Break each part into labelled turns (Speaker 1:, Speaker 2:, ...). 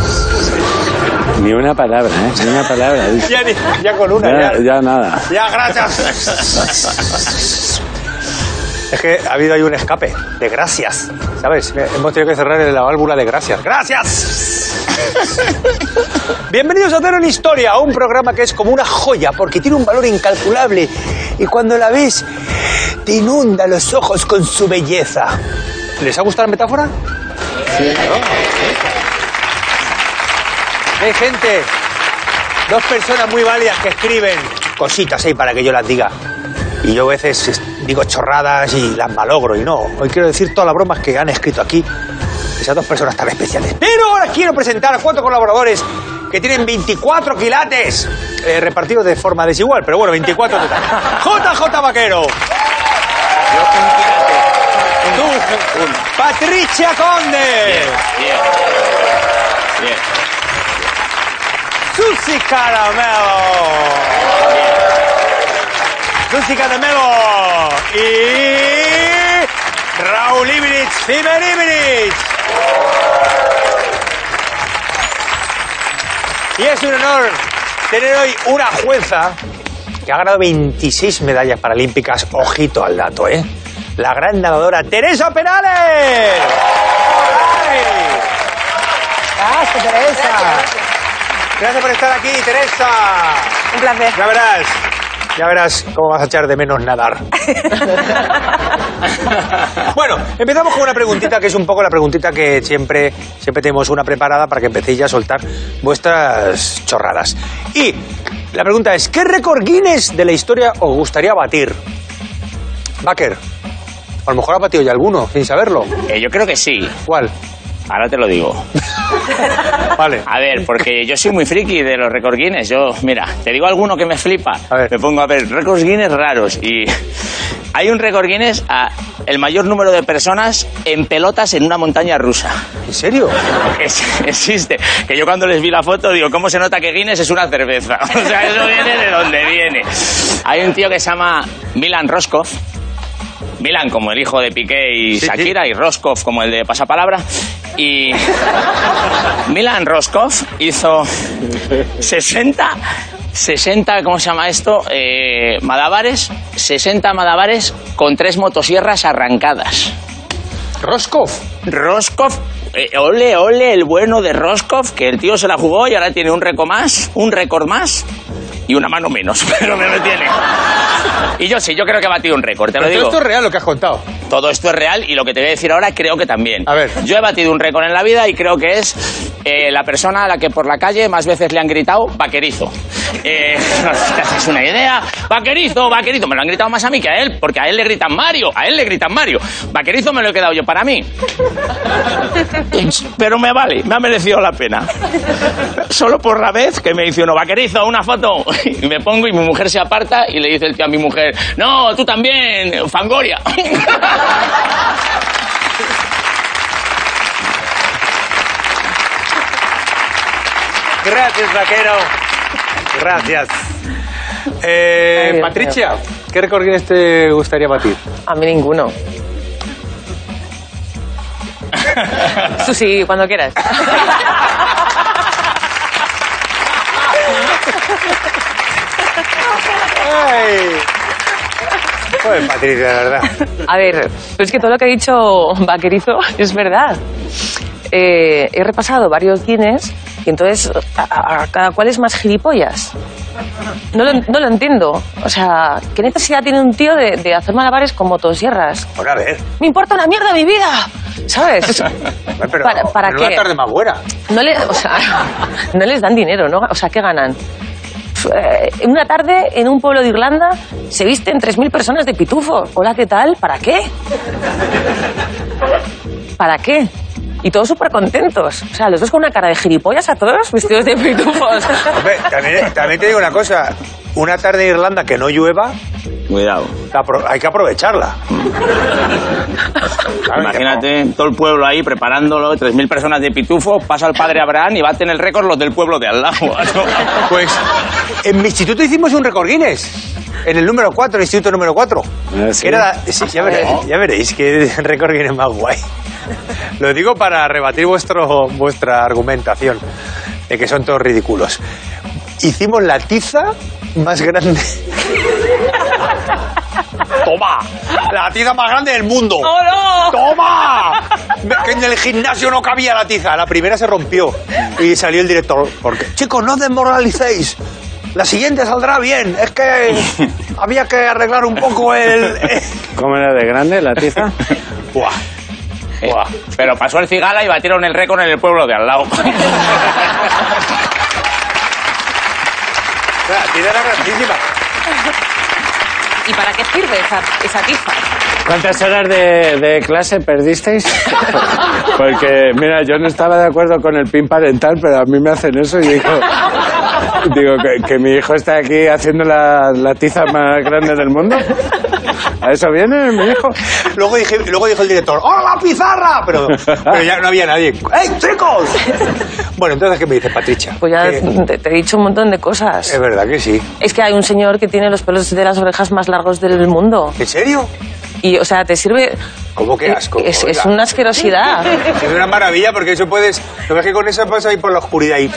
Speaker 1: Gracias.
Speaker 2: Ni una palabra, ¿eh? Ni una palabra.
Speaker 1: ya, ya, con una.
Speaker 2: Ya, ya, ya nada.
Speaker 1: Ya, gracias. Es que ha habido ahí un escape de gracias, ¿sabes? Hemos tenido que cerrar la válvula de gracias. ¡Gracias! Bienvenidos a Cero en Historia, un programa que es como una joya porque tiene un valor incalculable y cuando la ves te inunda los ojos con su belleza. ¿Les ha gustado la metáfora? Sí. ¿No? Hay gente, dos personas muy válidas que escriben cositas ahí para que yo las diga. Y yo a veces digo chorradas y las malogro y no. Hoy quiero decir todas las bromas que han escrito aquí. Esas dos personas tan especiales. Pero ahora quiero presentar a cuatro colaboradores que tienen 24 quilates eh, repartidos de forma desigual, pero bueno, 24 total. JJ Vaquero. Yo un quilate. Tú, un. Patricia Conde. Bien, bien. bien. Susi Caramelo. Bien. Lucy Caramelo y Raúl Ibrich, Ciber Ibrich. Y es un honor tener hoy una jueza que ha ganado 26 medallas paralímpicas, ojito al dato, ¿eh? La gran nadadora Teresa Penales. ¡Ay! Gracias, Teresa. Gracias por estar aquí, Teresa.
Speaker 3: Un placer.
Speaker 1: Ya verás. Ya verás cómo vas a echar de menos nadar. bueno, empezamos con una preguntita que es un poco la preguntita que siempre, siempre tenemos una preparada para que empecéis ya a soltar vuestras chorradas. Y la pregunta es, ¿qué récord Guinness de la historia os gustaría batir? Baker, a lo mejor ha batido ya alguno, sin saberlo.
Speaker 4: Eh, yo creo que sí.
Speaker 1: ¿Cuál?
Speaker 4: Ahora te lo digo.
Speaker 1: vale.
Speaker 4: A ver, porque yo soy muy friki de los récords Guinness. Yo, mira, te digo alguno que me flipa.
Speaker 1: A ver.
Speaker 4: Me pongo a ver récords Guinness raros y hay un récord Guinness a el mayor número de personas en pelotas en una montaña rusa.
Speaker 1: ¿En serio?
Speaker 4: Es- existe. Que yo cuando les vi la foto digo, ¿cómo se nota que Guinness es una cerveza? O sea, eso viene de donde viene. Hay un tío que se llama Milan Roscoff. Milan como el hijo de Piqué y
Speaker 1: Sí, sí.
Speaker 4: Shakira y Roscoff como el de Pasapalabra. Y Milan Roscoff hizo 60, 60, ¿cómo se llama esto? Eh, malabares, 60 malabares con tres motosierras arrancadas.
Speaker 1: Roscoff.
Speaker 4: Roscoff, eh, ole, ole, el bueno de Roscoff, que el tío se la jugó y ahora tiene un récord más, un récord más y una mano menos, pero me lo tiene. Y yo sí, yo creo que ha batido un récord, te lo
Speaker 1: Pero
Speaker 4: digo.
Speaker 1: esto es real lo que has contado.
Speaker 4: Todo esto es real y lo que te voy a decir ahora creo que también.
Speaker 1: A ver.
Speaker 4: Yo he batido un récord en la vida y creo que es eh, la persona a la que por la calle más veces le han gritado vaquerizo. Eh, no sé si te haces una idea. Vaquerizo, vaquerizo. Me lo han gritado más a mí que a él, porque a él le gritan Mario, a él le gritan Mario. Vaquerizo me lo he quedado yo para mí. Pero me vale, me ha merecido la pena. Solo por la vez que me dice uno, vaquerizo, una foto. Y me pongo y mi mujer se aparta y le dice el tío a mi mujer, no, tú también, Fangoria.
Speaker 1: Gracias, vaquero. Gracias. Eh,
Speaker 5: Ay, Dios
Speaker 1: Patricia, ¿qué récord Guinness te gustaría batir?
Speaker 5: A mí ninguno. Susi, cuando quieras.
Speaker 1: ¡Ay! Joder, Patricia, la verdad.
Speaker 5: A ver, pero es que todo lo que ha dicho Vaquerizo es verdad. Eh, he repasado varios Guinness y entonces a, a- a cada cual es más gilipollas. No lo, no lo entiendo. O sea, ¿qué necesidad tiene un tío de, de hacer malabares con motosierras?
Speaker 1: Bueno, a ver.
Speaker 5: Me importa una mierda mi vida, ¿sabes?
Speaker 1: Pero,
Speaker 5: ¿Para, para
Speaker 1: pero
Speaker 5: qué?
Speaker 1: una tarde más buena.
Speaker 5: No, le- o sea, no les dan dinero, ¿no? O sea, ¿qué ganan? Pf, eh, En una tarde, en un pueblo de Irlanda, se visten 3.000 personas de pitufo. Hola, ¿qué tal? ¿Para qué? ¿Para qué? Y todos súper contentos. O sea, los dos con una cara de gilipollas a todos vestidos de pitufos.
Speaker 1: Hombre, también, también te digo una cosa. Una tarde en Irlanda que no llueva,
Speaker 4: Cuidado.
Speaker 1: la apro- hay que aprovecharla. Claro,
Speaker 4: Imagínate todo el pueblo ahí preparándolo, 3.000 personas de pitufo, pasa el padre Abraham y baten el récord los del pueblo de al lado.
Speaker 1: Pues en mi instituto hicimos un récord Guinness. en el número 4, el instituto número 4.
Speaker 2: Ah, sí. Oh.
Speaker 1: Que era la- sí, ya, veréis, ya veréis que el récord viene más guay. Lo digo para rebatir vuestro, vuestra argumentación de que son todos ridículos. Hicimos la tiza más grande. ¡Toma! La tiza más grande del mundo.
Speaker 5: ¡Oh, no!
Speaker 1: ¡Toma! Me- que En el gimnasio no cabía la tiza. La primera se rompió. Y salió el director. Porque, chicos, no desmoralicéis. La siguiente saldrá bien. Es que había que arreglar un poco el. eh.
Speaker 2: ¿Cómo era de grande la tiza?
Speaker 1: Buah.
Speaker 4: Eh, pero pasó el cigala y batieron el récord en el pueblo de al lado.
Speaker 1: La tiza era grandísima.
Speaker 5: ¿Y para qué sirve esa, esa tiza?
Speaker 2: ¿Cuántas horas de, de clase perdisteis? Porque, mira, yo no estaba de acuerdo con el pin parental, pero a mí me hacen eso y digo, digo que, que mi hijo está aquí haciendo la, la tiza más grande del mundo. ¿A eso viene mi hijo?
Speaker 1: Luego, dije, luego dijo el director: ¡Hola, pizarra! Pero, pero ya no había nadie. ¡Ey, chicos! Bueno, entonces, ¿qué me dice Patricia?
Speaker 5: Pues ya
Speaker 1: Que-
Speaker 5: te, te he dicho un montón de cosas.
Speaker 1: es verdad que sí.
Speaker 5: Es que hay un señor que tiene los pelos de las orejas más largos del mundo.
Speaker 1: ¿En serio?
Speaker 5: Y, o sea, te sirve...
Speaker 1: ¿Cómo que asco?
Speaker 5: Es, es
Speaker 1: Oiga.
Speaker 5: una asquerosidad.
Speaker 1: Es una maravilla porque eso puedes. Lo ves que con eso puedes ir por la oscuridad y.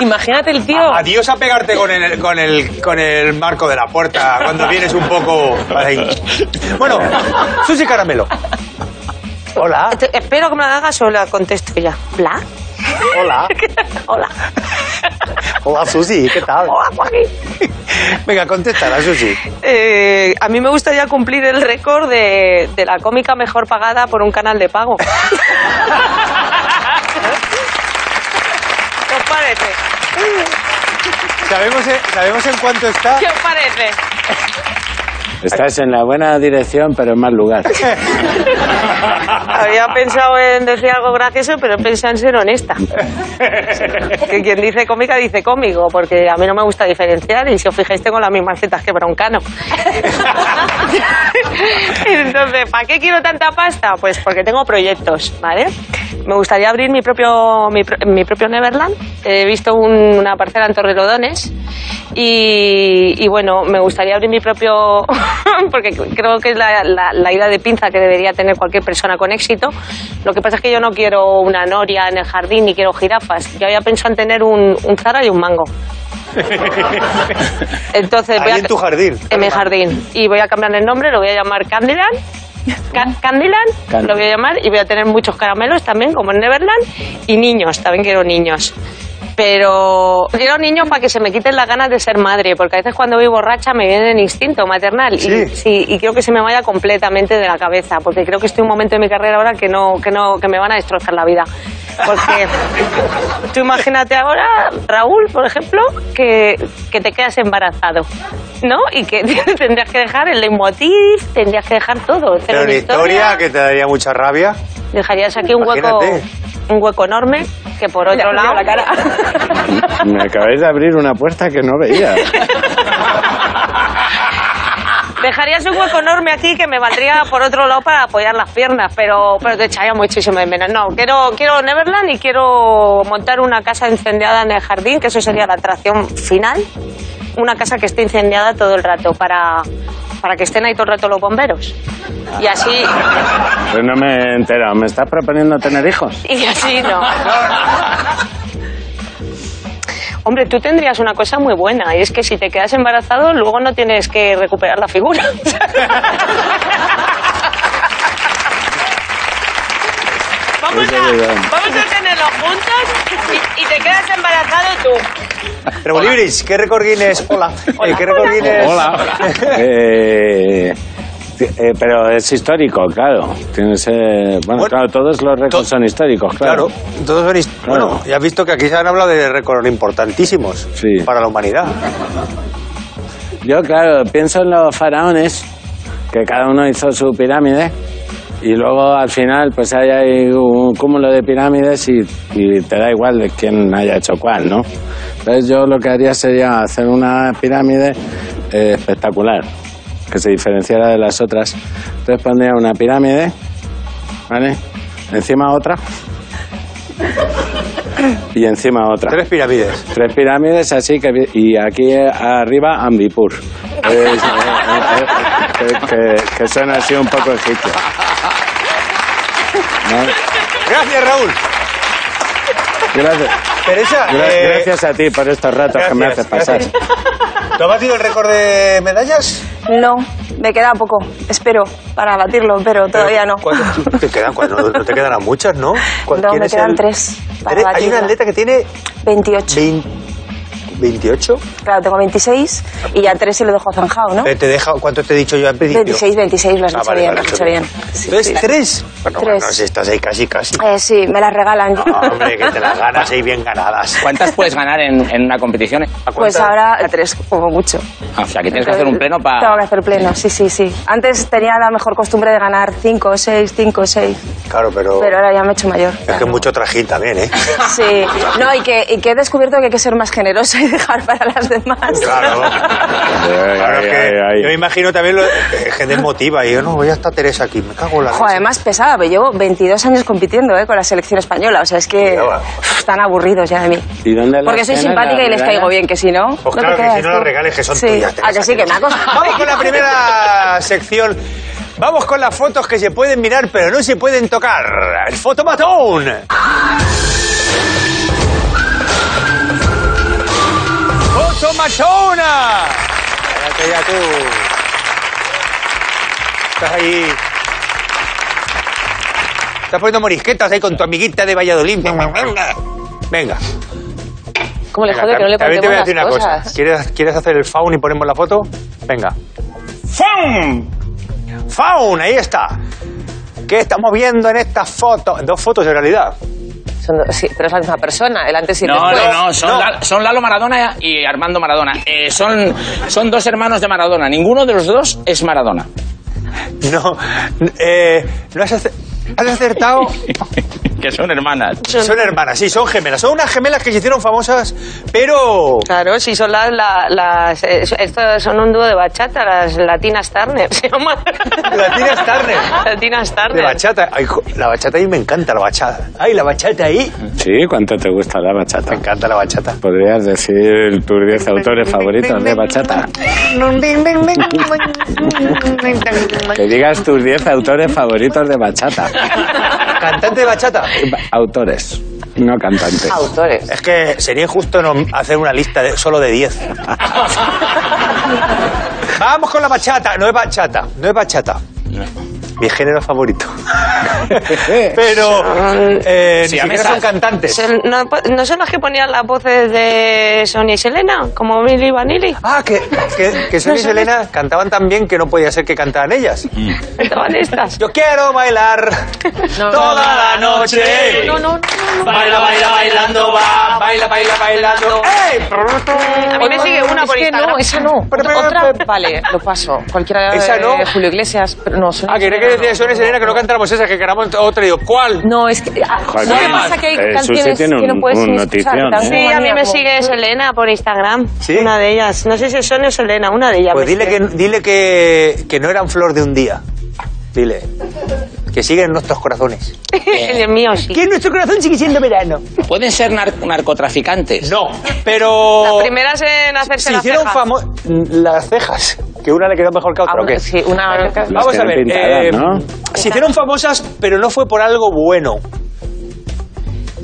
Speaker 5: Imagínate el tío...
Speaker 1: Adiós a pegarte con el, con el, con el marco de la puerta cuando vienes un poco. ahí. Bueno, Susi Caramelo. Hola.
Speaker 3: Te- espero que me la hagas o la contesto ya. ¿La?
Speaker 1: Hola.
Speaker 3: Hola.
Speaker 1: Hola, Susi. ¿Qué tal?
Speaker 3: Hola, Joaquín.
Speaker 1: Venga, contestará, Susi.
Speaker 3: Eh, a mí me gustaría cumplir el récord de, de la cómica mejor pagada por un canal de pago. ¿Qué os parece?
Speaker 1: Sabemos, en- sabemos en cuánto está.
Speaker 3: ¿Qué os parece?
Speaker 2: Estás en la buena dirección, pero en mal lugar.
Speaker 3: Había pensado en decir algo gracioso, pero he pensado en ser honesta. Que quien dice cómica dice cómico, porque a mí no me gusta diferenciar y si os fijáis tengo las mismas tetas que Broncano. Entonces, ¿para qué quiero tanta pasta? Pues porque tengo proyectos, ¿vale? Me gustaría abrir mi propio, mi, pro- mi propio Neverland. He visto un- una parcela en Torrelodones y, y bueno, me gustaría abrir mi propio, porque creo que es la, la- la ida de pinza que debería tener cualquier persona con éxito. Lo que pasa es que yo no quiero una noria en el jardín ni quiero jirafas. Yo había pensado en tener un, un Zara y un mango. Entonces, voy
Speaker 1: Ahí
Speaker 3: a-
Speaker 1: en tu jardín.
Speaker 3: en mi jardín. Y voy a cambiar el nombre, lo voy a llamar Candyland. Ca- Candyland,
Speaker 2: Candy.
Speaker 3: lo voy a llamar y voy a tener muchos caramelos también, como en Neverland, y niños, también quiero niños. Pero quiero niños para que se me quiten las ganas de ser madre, porque a veces cuando voy borracha me viene el instinto maternal
Speaker 1: Sí.
Speaker 3: y, sí, y quiero que se me vaya completamente de la cabeza, porque creo que estoy en un momento de mi carrera ahora que no, que no, que me van a destrozar la vida. Porque tú imagínate ahora, Raúl, por ejemplo, que, que te quedas embarazado, ¿no? Y que tendrías que dejar el leitmotiv, tendrías que dejar todo. hacer
Speaker 1: Pero
Speaker 3: una
Speaker 1: la historia que te daría mucha rabia.
Speaker 3: Dejarías aquí un hueco,
Speaker 1: Imagínate.
Speaker 3: un hueco enorme que por otro lado... La cara.
Speaker 2: Me acabáis de abrir una puerta que no veía.
Speaker 3: Dejarías un hueco enorme aquí que me valdría por otro lado para apoyar las piernas, pero, pero te echaría muchísimo de menos. No, quiero, quiero Neverland y quiero montar una casa incendiada en el jardín, que eso sería la atracción final. Una casa que esté incendiada todo el rato para, para que estén ahí todo el rato los bomberos. Y así,
Speaker 2: Pues no me he enterado. ¿Me estás proponiendo tener hijos?
Speaker 3: y así no. Hombre, tú tendrías una cosa muy buena, y es que si te quedas embarazado, luego no tienes que recuperar la figura. Vamos
Speaker 2: Eso es verdad.
Speaker 3: a, vamos a tenerlo juntos y, y te quedas embarazado tú.
Speaker 1: Pero Libris, ¿qué récord Guinness? Hola. Eh, ¿Qué récord Guinness?
Speaker 2: Hola. Eh, eh, pero es histórico, claro. Tienes, eh, bueno,
Speaker 1: Bueno,
Speaker 2: claro, todos los récords
Speaker 1: to-
Speaker 2: son históricos, claro.
Speaker 1: Claro, todos venís.
Speaker 2: Claro.
Speaker 1: Bueno, ya has visto que aquí se han hablado de récords importantísimos
Speaker 2: Sí.
Speaker 1: para la humanidad.
Speaker 2: Yo, claro, pienso en los faraones, que cada uno hizo su pirámide, y luego al final, pues ahí hay un cúmulo de pirámides y, y te da igual de quién haya hecho cuál, ¿no? Entonces yo lo que haría sería hacer una pirámide eh, espectacular, que se diferenciara de las otras. Entonces pondría una pirámide, ¿vale? Encima otra. y encima otra.
Speaker 1: Tres pirámides.
Speaker 2: Tres pirámides, así que. Y aquí arriba, Ambipur. Es- eh, eh, eh, que, que- que son así un poco egipcios. ¿No?
Speaker 1: Gracias, Raúl.
Speaker 2: Gracias,
Speaker 1: Teresa,
Speaker 2: gra-
Speaker 1: eh,
Speaker 2: gracias a ti por estos ratos que me haces
Speaker 1: gracias,
Speaker 2: pasar.
Speaker 1: gracias. ¿Te has batido el récord de medallas?
Speaker 6: No, me queda poco. Espero para batirlo, pero todavía no.
Speaker 1: ¿Cuántas- ¿Te quedan? cuántas? No, no te quedarán muchas, ¿no? ¿Cuál-
Speaker 6: No,
Speaker 1: quién
Speaker 6: me
Speaker 1: es
Speaker 6: quedan tres para
Speaker 1: Eres- Hay
Speaker 6: batirla.
Speaker 1: una atleta que tiene
Speaker 6: 28.
Speaker 1: 20 28.
Speaker 6: Claro, tengo 26 y ya 3 se lo dejo zanjado, ¿no?
Speaker 1: Eh, Te deja, ¿Cuánto te he dicho yo al principio?
Speaker 6: 26, 26, lo has
Speaker 1: Ah,
Speaker 6: dicho
Speaker 1: vale,
Speaker 6: bien,
Speaker 1: vale,
Speaker 6: lo has dicho
Speaker 1: vale.
Speaker 6: bien. Sí,
Speaker 1: Entonces,
Speaker 6: sí.
Speaker 1: ¿tres? Bueno,
Speaker 6: Tres.
Speaker 1: bueno, si estás ahí casi, casi.
Speaker 6: Eh, sí, me las regalan.
Speaker 1: No, Ah, hombre, que te las ganas ahí bien ganadas.
Speaker 4: ¿Cuántas puedes ganar en, en una competición? Ah,
Speaker 1: ¿A
Speaker 6: Pues
Speaker 1: cuántas?
Speaker 6: ahora a tres, como mucho.
Speaker 4: O sea, que tienes que hacer un pleno
Speaker 6: Tengo que
Speaker 4: para...
Speaker 6: hacer pleno, sí, sí, sí. Antes tenía la mejor costumbre de ganar 5, 6, 5, 6,
Speaker 1: Claro, pero,
Speaker 6: pero ahora ya me he hecho mayor.
Speaker 1: Oh. es que es mucho trajín también, ¿eh?
Speaker 6: Sí, no, y que, y que he descubierto que hay que ser más generoso y dejar para las demás.
Speaker 1: Claro. Claro, es
Speaker 2: Ay,
Speaker 1: que
Speaker 2: ay, ay.
Speaker 1: Yo me imagino también lo es que desmotiva. Y yo no, voy hasta Teresa aquí, me cago en la
Speaker 6: Ojo,
Speaker 1: leche.
Speaker 6: además pesaba, pero llevo 22 años compitiendo eh, con la selección española, o sea, es que
Speaker 1: Ya va.
Speaker 6: están aburridos ya de mí.
Speaker 2: ¿Y dónde las
Speaker 6: Porque soy
Speaker 2: tienes,
Speaker 6: simpática
Speaker 2: las
Speaker 6: y les
Speaker 2: medallas?
Speaker 6: caigo bien, que si no...
Speaker 1: Pues
Speaker 6: no
Speaker 1: claro, que
Speaker 6: te creas,
Speaker 1: si no las
Speaker 6: tú.
Speaker 1: regales que son
Speaker 6: sí.
Speaker 1: tuyas. Teresa,
Speaker 6: ¿A que sí? Que me ha costado.
Speaker 1: Vamos con la primera sección. Vamos con las fotos que se pueden mirar, pero no se pueden tocar. El fotomatón. ¡Fotomatona! Cállate ya tú. Estás ahí. Estás poniendo morisquetas ahí con tu amiguita de Valladolid. Venga.
Speaker 5: ¿Cómo le
Speaker 1: Venga,
Speaker 5: jode que no le
Speaker 1: también- también te voy a
Speaker 5: contemos
Speaker 1: decir
Speaker 5: las
Speaker 1: una cosa.
Speaker 5: cosas?
Speaker 1: ¿Quieres, ¿Quieres hacer el faun y ponemos la foto? Venga. ¡Faun! ¡Faun! Ahí está. ¿Qué estamos viendo en estas fotos? Dos fotos en realidad.
Speaker 5: Son dos- sí, pero es la misma persona, el antes y el
Speaker 4: No,
Speaker 5: después.
Speaker 4: no, no, son,
Speaker 1: Pues, No.
Speaker 4: Lal- son Lalo Maradona y Armando Maradona. Eh, son, son dos hermanos de Maradona. Ninguno de los dos es Maradona.
Speaker 1: No, eh, no has, ace- has acertado.
Speaker 4: que son hermanas.
Speaker 1: Son hermanas, sí, son gemelas. Son unas gemelas que se hicieron famosas, pero.
Speaker 3: Claro, sí, son las, la- las, eh, estas son un dúo de bachata, las Latinas Turner, se llaman.
Speaker 1: Latinas Turner.
Speaker 3: Latinas
Speaker 1: De
Speaker 3: Turner.
Speaker 1: bachata. Ay, jo, la bachata ahí me encanta, la bachata. Ay, la bachata ahí.
Speaker 2: Sí, ¿cuánto te gusta la
Speaker 1: Me
Speaker 2: bachata?
Speaker 1: encanta la bachata.
Speaker 2: ¿Podrías decir tus 10 autores favoritos de bachata? Que digas tus 10 autores favoritos de bachata.
Speaker 1: Cantante de bachata.
Speaker 2: Autores, no cantantes.
Speaker 5: Autores.
Speaker 1: Es que sería injusto no hacer una lista de, solo de 10. Vamos con la bachata. No es bachata, no es bachata. Mi género favorito. Pero eh,
Speaker 4: Sí,
Speaker 1: ni
Speaker 4: a
Speaker 1: siquiera
Speaker 4: mesas.
Speaker 1: son cantantes.
Speaker 3: Son- no, ¿no son las que ponían las voces de Sonia y Selena? Como Milly Vanilli.
Speaker 1: Ah, que, que, que Sonia y Selena cantaban tan bien que no podía ser que cantaran ellas.
Speaker 3: Estaban estas.
Speaker 1: Yo quiero bailar toda la noche.
Speaker 3: No, no, no.
Speaker 1: Baila, baila, bailando va. Baila, baila, bailando. ¡Ey!
Speaker 3: A mí me sigue una por
Speaker 5: es que
Speaker 3: Instagram.
Speaker 5: no, esa no. Otra, otra, vale, lo paso. Cualquiera de
Speaker 1: Esa no.
Speaker 5: Julio Iglesias, pero no. Sonia
Speaker 1: Ah, quería que
Speaker 5: Selena
Speaker 1: decía
Speaker 5: no.
Speaker 1: Sonia y Selena que no cantáramos esa, que cantáramos otra. Y digo, ¿cuál?
Speaker 5: No, es que. ah,
Speaker 2: Joaquín,
Speaker 5: ¿No te pasa que hay
Speaker 2: eh,
Speaker 5: canciones
Speaker 2: Susi tiene
Speaker 5: que no
Speaker 2: un-
Speaker 5: puedes
Speaker 2: un
Speaker 5: escuchar?
Speaker 2: notición,
Speaker 5: Tan
Speaker 2: ¿eh?
Speaker 3: Sí, a mí me
Speaker 5: maníaco.
Speaker 3: sigue Selena por Instagram.
Speaker 1: ¿Sí?
Speaker 3: Una de ellas. No sé si es Sonia o Selena, una de ellas.
Speaker 1: Pues
Speaker 3: me
Speaker 1: dile
Speaker 3: sigue.
Speaker 1: que, dile que, que no eran flor de un día. Dile. Que siguen en nuestros corazones.
Speaker 3: En el mío sí.
Speaker 1: Que en nuestro corazón sigue siendo verano.
Speaker 4: Pueden ser nar- narcotraficantes.
Speaker 1: No, pero.
Speaker 3: Las primeras en hacerse
Speaker 1: Se
Speaker 3: las
Speaker 1: hicieron
Speaker 3: cejas.
Speaker 1: famosas. Las cejas. Que una le quedó mejor que a
Speaker 5: Ah,
Speaker 1: otra, ¿o qué?
Speaker 5: Sí, una.
Speaker 2: Las
Speaker 1: Vamos a
Speaker 2: tienen
Speaker 1: ver.
Speaker 2: pintadas,
Speaker 1: eh,
Speaker 2: ¿no?
Speaker 1: Se hicieron famosas, pero no fue por algo bueno.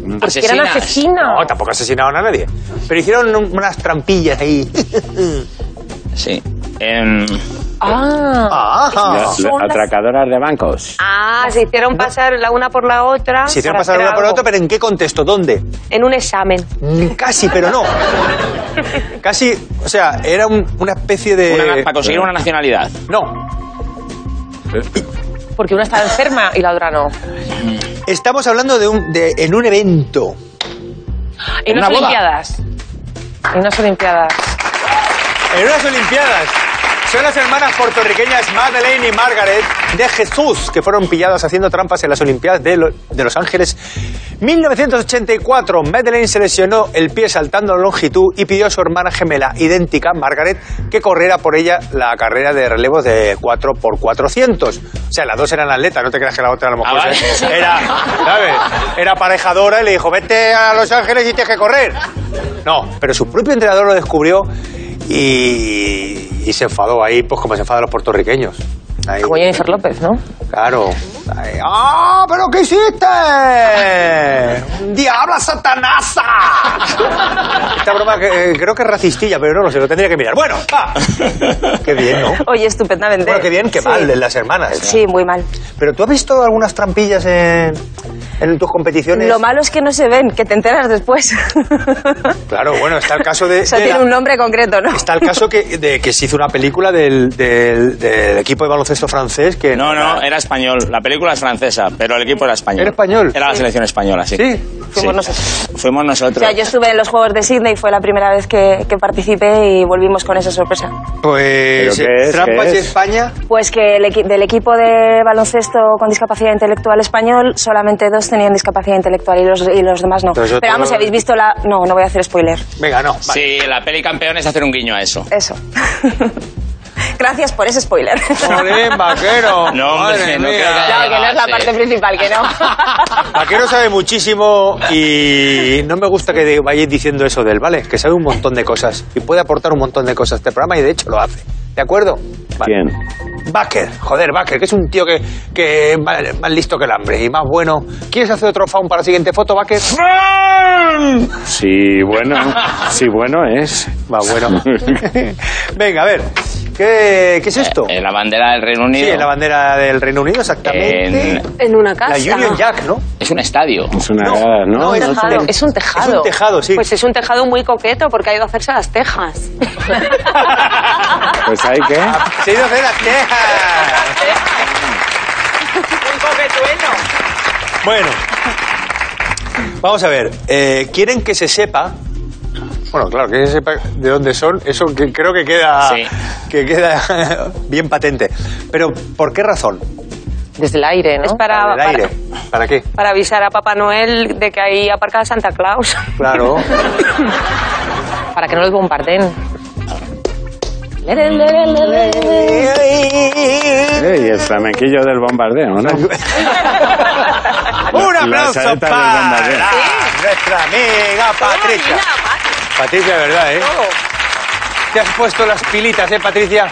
Speaker 5: Que eran
Speaker 4: Asesinas.
Speaker 5: asesinas.
Speaker 1: No, tampoco asesinaron a nadie. Pero hicieron un- unas trampillas ahí.
Speaker 4: Sí. Em,
Speaker 5: Ah.
Speaker 1: Ah,
Speaker 2: Las- las Atracadoras de bancos.
Speaker 3: Ah, se hicieron pasar la una por la otra.
Speaker 1: se hicieron
Speaker 3: para
Speaker 1: pasar
Speaker 3: hacer
Speaker 1: una por
Speaker 3: algo.
Speaker 1: otra, pero ¿en qué contexto? ¿Dónde?
Speaker 3: En un examen.
Speaker 1: Mm, Casi, pero no. Casi, o sea, era un- una especie de.
Speaker 4: una- para conseguir una nacionalidad.
Speaker 1: No.
Speaker 5: Porque una estaba enferma y la otra no.
Speaker 1: Estamos hablando de un, de, en un evento.
Speaker 5: En
Speaker 4: una
Speaker 5: unas
Speaker 4: boda.
Speaker 5: Olimpiadas. En unas Olimpiadas.
Speaker 1: En unas Olimpiadas. Son las hermanas puertorriqueñas Madeleine y Margaret de Jesús, que fueron pilladas haciendo trampas en las Olimpiadas de, Lo- de Los Ángeles. 1984, Madeleine se lesionó el pie saltando a la longitud y pidió a su hermana gemela, idéntica, Margaret, que corriera por ella la carrera de relevos de 4x400. O sea, las dos eran atletas, no te creas que la otra a lo mejor
Speaker 4: Ah,
Speaker 1: se-
Speaker 4: vale.
Speaker 1: era, ¿sabes? Era parejadora y le dijo, vete a Los Ángeles y tienes que correr. No, pero su propio entrenador lo descubrió y, y se enfadó ahí, pues como se enfadan los puertorriqueños. Ahí,
Speaker 5: Como Ah, Jennifer López, ¿no?
Speaker 1: Claro. Ahí, ¡Ah, pero qué hiciste! ¡Diabla satanasa! Esta broma que, eh, creo que es racistilla, pero no lo sé, lo tendría que mirar. Bueno, va. Qué bien, ¿no?
Speaker 6: Oye, estupendamente.
Speaker 1: Bueno, qué bien, qué
Speaker 6: Sí.
Speaker 1: mal, las hermanas.
Speaker 6: Sí, muy mal.
Speaker 1: Pero tú has visto algunas trampillas en, en tus competiciones.
Speaker 6: Lo malo es que no se ven, que te enteras después.
Speaker 1: Claro, bueno, está el caso de.
Speaker 6: Eso
Speaker 1: de
Speaker 6: tiene
Speaker 1: la-
Speaker 6: un nombre concreto, ¿no?
Speaker 1: Está el caso que, de que se hizo una película del, del- del equipo de baloncesto francés que...
Speaker 4: No, no, era español. La película es francesa, pero el equipo eh, era español.
Speaker 1: ¿Era español?
Speaker 4: Era la selección española, sí.
Speaker 1: Sí.
Speaker 6: Fuimos nosotros.
Speaker 4: Fuimos nosotros.
Speaker 6: O sea, yo estuve en los Juegos de Sydney, fue la primera vez que, que participé y volvimos con esa sorpresa.
Speaker 1: Pues...
Speaker 2: ¿Pero qué es?
Speaker 1: Trampas
Speaker 2: ¿Qué
Speaker 1: de
Speaker 2: es?
Speaker 1: España.
Speaker 6: Pues que el equi- del equipo de baloncesto con discapacidad intelectual español, solamente dos tenían discapacidad intelectual y los, y los demás no.
Speaker 1: Pero eso
Speaker 6: Pero vamos,
Speaker 1: todo-
Speaker 6: si habéis visto la... No, no voy a hacer spoiler.
Speaker 1: Venga, no. vale.
Speaker 4: Sí, la peli campeón es hacer un guiño a eso.
Speaker 6: Eso. Gracias por ese spoiler.
Speaker 1: Jolín, vaquero.
Speaker 4: No, hombre,
Speaker 1: Madre
Speaker 4: no
Speaker 1: mía.
Speaker 4: creo que-
Speaker 6: Claro, que no es la
Speaker 4: Sí.
Speaker 6: parte principal, que no.
Speaker 1: Vaquero sabe muchísimo y no me gusta que de- vayáis diciendo eso de él, ¿vale? Que sabe un montón de cosas y puede aportar un montón de cosas a este programa y de hecho lo hace. ¿De acuerdo? Vale.
Speaker 2: ¿Quién?
Speaker 1: Baker, joder, Baker, que es un tío que, que es más, más listo que el hambre y más bueno. ¿Quieres hacer otro faun para la siguiente foto, Baker?
Speaker 2: Sí, bueno. Sí, bueno es.
Speaker 1: Va, bueno. Venga, a ver. ¿Qué, qué es esto?
Speaker 4: Eh, la bandera del Reino Unido.
Speaker 1: sí, la bandera del Reino Unido, exactamente.
Speaker 4: En-
Speaker 3: En una
Speaker 1: La
Speaker 3: casa.
Speaker 1: Union Jack, ¿no?
Speaker 4: Es un estadio.
Speaker 2: Es una grada, ¿no?
Speaker 1: no,
Speaker 2: No,
Speaker 1: es-
Speaker 5: Tejado. Es un tejado.
Speaker 1: Es un tejado, sí.
Speaker 3: Pues es un tejado muy coqueto porque ha ido a hacerse las tejas.
Speaker 2: Pues hay que.
Speaker 1: Se ha ido a hacer las tejas.
Speaker 3: Un coquetuelo.
Speaker 1: Bueno, vamos a ver. eh, Quieren que se sepa. Bueno, claro, que se sepa de dónde son. Eso que creo que queda,
Speaker 4: Sí.
Speaker 1: que queda bien patente. Pero, ¿por qué razón?
Speaker 5: Desde el aire, ¿no?
Speaker 3: Es para,
Speaker 1: ¿Para el
Speaker 3: para-
Speaker 1: aire? ¿Para qué?
Speaker 3: para avisar a Papá Noel de que ahí aparca Santa Claus.
Speaker 1: Claro.
Speaker 5: Para que no los bombardeen.
Speaker 1: eh,
Speaker 2: Eh, y el flamenquillo del bombardeo, ¿no?
Speaker 1: Un
Speaker 2: La- la
Speaker 1: aplauso
Speaker 2: saeta del
Speaker 1: para
Speaker 2: bombardeo.
Speaker 1: nuestra amiga Patricia. Patricia, de verdad, ¿eh? Te has puesto las pilitas, ¿eh, Patricia?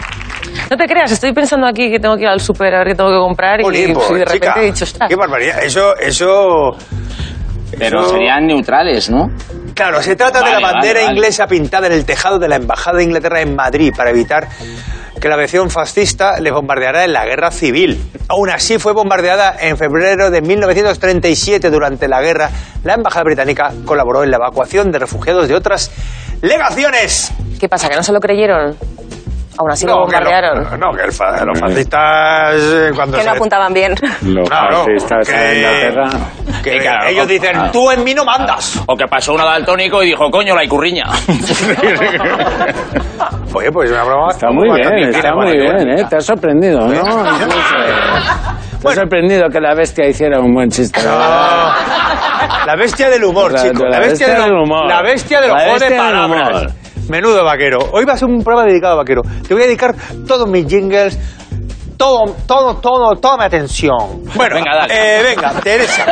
Speaker 5: No te creas, estoy pensando aquí que tengo que ir al súper a ver qué tengo que comprar y,
Speaker 1: Jolín,
Speaker 5: pues,
Speaker 1: pues,
Speaker 5: de repente
Speaker 1: chica,
Speaker 5: he dicho, ostras,
Speaker 1: qué barbaridad. Eso, eso...
Speaker 4: Pero
Speaker 1: eso-
Speaker 4: serían neutrales, ¿no?
Speaker 1: Claro, se trata de
Speaker 4: Vale,
Speaker 1: la bandera
Speaker 4: vale, vale.
Speaker 1: inglesa pintada en el tejado de la Embajada de Inglaterra en Madrid para evitar que la aviación fascista les bombardeara en la guerra civil. Aún así, fue bombardeada en febrero de 1937 durante la guerra. La Embajada Británica colaboró en la evacuación de refugiados de otras legaciones.
Speaker 5: ¿qué pasa? ¿Que no se lo creyeron? Aún así lo
Speaker 1: que, lo-
Speaker 5: bombardearon.
Speaker 1: no, que el fa- los fascistas eh, cuando
Speaker 6: que
Speaker 1: se-
Speaker 6: no apuntaban bien.
Speaker 2: Los
Speaker 1: Claro,
Speaker 2: artistas
Speaker 1: que-
Speaker 2: de Inglaterra.
Speaker 1: que
Speaker 4: Sí, claro.
Speaker 1: ellos dicen,
Speaker 4: Ah.
Speaker 1: tú en mí no mandas.
Speaker 4: O que pasó una daltónico y dijo, coño, la icurriña.
Speaker 1: Oye, pues una broma.
Speaker 2: Está muy
Speaker 1: bastante
Speaker 2: bien, está
Speaker 1: fina,
Speaker 2: muy
Speaker 1: bueno,
Speaker 2: bien,
Speaker 1: bueno.
Speaker 2: ¿eh? Te ha sorprendido, ¿no? Incluso, eh, Te ha
Speaker 1: Bueno. Ah.
Speaker 2: sorprendido que la bestia hiciera un buen chiste.
Speaker 1: No. La bestia del humor,
Speaker 2: La-
Speaker 1: chico. La,
Speaker 2: la
Speaker 1: bestia,
Speaker 2: bestia
Speaker 1: del,
Speaker 2: del humor.
Speaker 1: La bestia del
Speaker 2: La
Speaker 1: juego de
Speaker 2: bestia del
Speaker 1: palabras.
Speaker 2: humor.
Speaker 1: Menudo vaquero. Hoy va a ser un programa dedicado a vaquero. Te voy a dedicar todos mis jingles. Todo, todo, todo, toda mi atención. Bueno,
Speaker 4: Venga, dale.
Speaker 1: eh, venga, Teresa.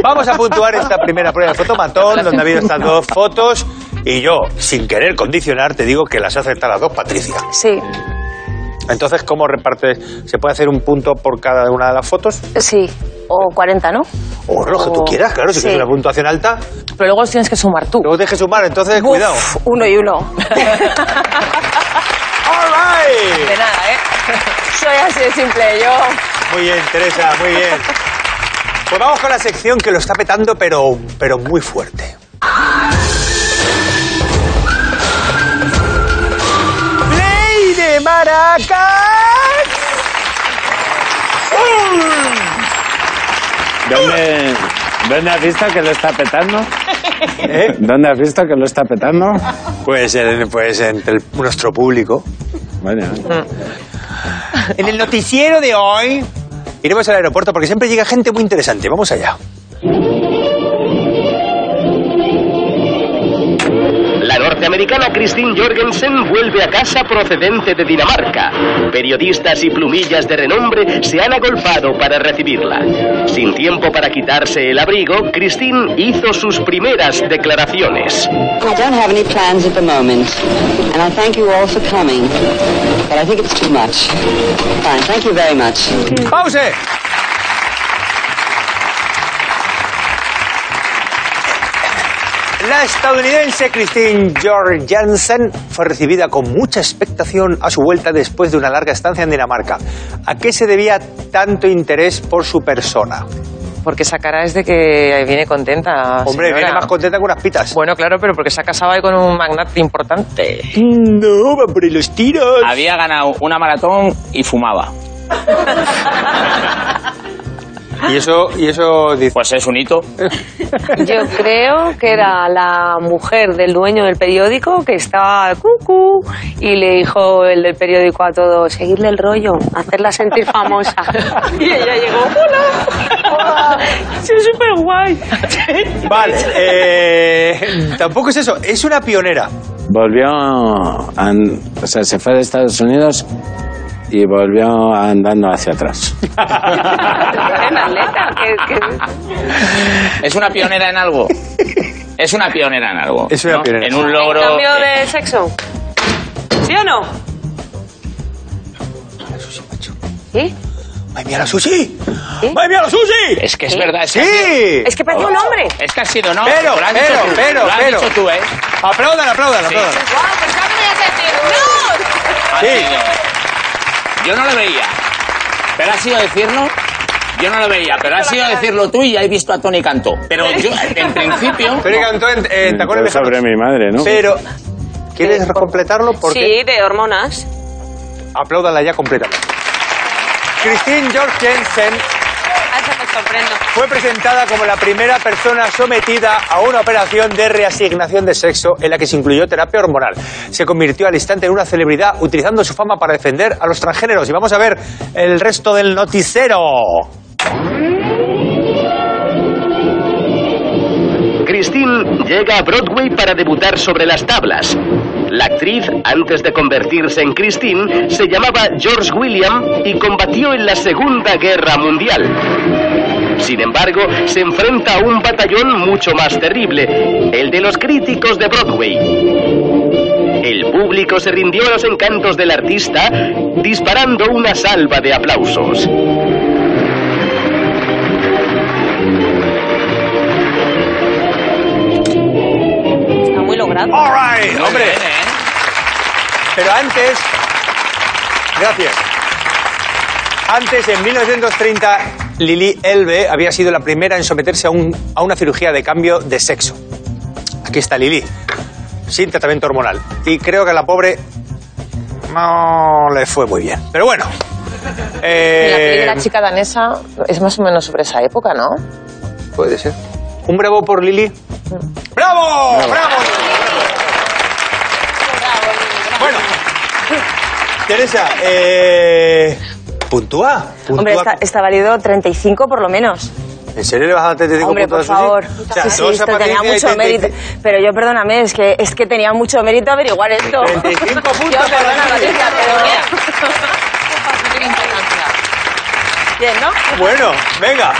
Speaker 1: Vamos a puntuar esta primera prueba de fotomatón, donde ha habido estas dos fotos. Y yo, sin querer condicionar, te digo que las has acertado las dos, Patricia.
Speaker 6: Sí,
Speaker 1: Entonces, ¿cómo repartes? ¿Se puede hacer un punto por cada una de las fotos?
Speaker 6: sí. O 40, ¿no?
Speaker 1: O lo que tú
Speaker 6: O-
Speaker 1: quieras, claro, si
Speaker 6: sí.
Speaker 1: quieres una puntuación alta.
Speaker 5: Pero luego los tienes que sumar tú.
Speaker 1: Luego te dejes sumar, entonces,
Speaker 6: Uf,
Speaker 1: cuidado.
Speaker 6: Uno y uno.
Speaker 1: All right.
Speaker 6: De nada, ¿eh? Soy así de simple, yo.
Speaker 1: Muy bien, Teresa, muy bien. Pues vamos con la sección que lo está petando, pero, pero muy fuerte. ¡Play de Maracas!
Speaker 2: ¿Dónde, ¿Dónde has visto que lo está petando?
Speaker 1: ¿Eh?
Speaker 2: ¿Dónde has visto que lo está petando?
Speaker 1: Pues, en- pues entre el- nuestro público.
Speaker 2: Bueno,
Speaker 1: En el noticiero de hoy iremos al aeropuerto porque siempre llega gente muy interesante. Vamos allá.
Speaker 7: La norteamericana Christine Jorgensen vuelve a casa procedente de Dinamarca. Periodistas y plumillas de renombre se han agolpado para recibirla. Sin tiempo para quitarse el abrigo, Christine hizo sus primeras declaraciones.
Speaker 8: I don't have any plans at the moment, and I thank you all for coming, but I think it's too much. Fine, thank you very much.
Speaker 1: ¡Pause! La estadounidense Christine George Jansen fue recibida con mucha expectación a su vuelta después de una larga estancia en Dinamarca. ¿A qué se debía tanto interés por su persona?
Speaker 5: Porque esa cara es de que viene contenta.
Speaker 1: Hombre,
Speaker 5: señora.
Speaker 1: viene más contenta que unas pitas.
Speaker 5: Bueno, claro, pero porque se ha casado ahí con un magnate importante.
Speaker 1: No, va por los tiros.
Speaker 5: Ah,
Speaker 4: Había ganado una maratón y fumaba.
Speaker 1: Y eso, y eso dice.
Speaker 4: Pues es un hito.
Speaker 3: Yo creo que era la mujer del dueño del periódico que estaba cucú y le dijo el del periódico a todos, seguirle el rollo, hacerla sentir famosa. Y ella llegó, hola, hola, sí, es súper guay.
Speaker 1: Vale, eh, tampoco es eso, es una pionera.
Speaker 2: volvió a an- o sea, se fue de Estados Unidos y volvió andando hacia atrás.
Speaker 4: Es una pionera en algo. Es una pionera en algo.
Speaker 1: Es una pionera.
Speaker 4: En un
Speaker 3: ¿En
Speaker 4: logro.
Speaker 3: cambio de sexo? ¿Sí o no? ¿Sí?
Speaker 1: ¡Ay, mira la sushi!
Speaker 5: ¿Eh?
Speaker 3: ¿Sí?
Speaker 1: ¡Ay, mira la sushi!
Speaker 4: Es que es verdad. Es que, ha sido-
Speaker 1: ¡Sí!
Speaker 3: Es que parecía un hombre.
Speaker 4: es que ha sido, ¿no?
Speaker 1: Pero,
Speaker 4: lo has
Speaker 1: pero,
Speaker 4: dicho tú,
Speaker 1: pero,
Speaker 4: Lo has
Speaker 1: pero.
Speaker 4: dicho tú, ¿eh?
Speaker 1: Aplaudan, aplaudan, aplaudan.
Speaker 3: pues
Speaker 4: Ha
Speaker 1: Sí.
Speaker 4: sido. Yo no lo veía. Pero ha sido decirlo. Yo no lo veía, pero ha sido decirlo tú y ya he visto a Tony Cantó. Pero yo, en principio.
Speaker 1: Pero cantó en, eh, en tacones
Speaker 2: Entonces,
Speaker 1: lejanos.
Speaker 2: sobre mi madre, ¿no?
Speaker 1: Pero, ¿quieres completarlo? Porque
Speaker 3: Sí, de hormonas.
Speaker 1: apláudala ya completamente. Christine George Jensen
Speaker 3: Ah, Eso me comprendo.
Speaker 1: fue presentada como la primera persona sometida a una operación de reasignación de sexo en la que se incluyó terapia hormonal. Se convirtió al instante en una celebridad utilizando su fama para defender a los transgéneros. Y vamos a ver el resto del noticiero.
Speaker 7: Christine llega a Broadway para debutar sobre las tablas. La actriz, antes de convertirse en Christine, se llamaba George William y combatió en la Segunda Guerra Mundial. Sin embargo, se enfrenta a un batallón mucho más terrible, el de los críticos de Broadway. El público se rindió a los encantos del artista, disparando una salva de aplausos.
Speaker 3: Está muy logrado.
Speaker 1: All right,
Speaker 4: Hombre.
Speaker 1: hombre. Pero antes. Gracias. Antes, en 1930, Lili Elbe había sido la primera en someterse a, un- a una cirugía de cambio de sexo. Aquí está Lili, sin tratamiento hormonal. Y creo que a la pobre no le fue muy bien. Pero bueno. eh,
Speaker 5: La peli de la chica danesa es más o menos sobre esa época, ¿no?
Speaker 1: Puede ser. ¿Un bravo por Lili?
Speaker 5: Mm.
Speaker 1: ¡Bravo! ¡Bravo! Bueno, Teresa, eh, puntúa. puntúa.
Speaker 6: Hombre, está, está válido 35 por lo menos.
Speaker 1: ¿En serio le vas a dar 35
Speaker 6: Hombre, por
Speaker 1: puntos
Speaker 6: favor.
Speaker 1: a Susi? O sea,
Speaker 6: sí, sí,
Speaker 1: dos a
Speaker 6: esto tenía
Speaker 1: Patricia y
Speaker 6: mucho
Speaker 1: 35.
Speaker 6: mérito. Pero yo, perdóname, es que, es que tenía mucho mérito averiguar esto.
Speaker 1: 35 puntos
Speaker 6: Yo,
Speaker 1: para
Speaker 6: perdona,
Speaker 1: Lili.
Speaker 6: Patricia, pero bien, ¿no?
Speaker 1: Bueno, venga.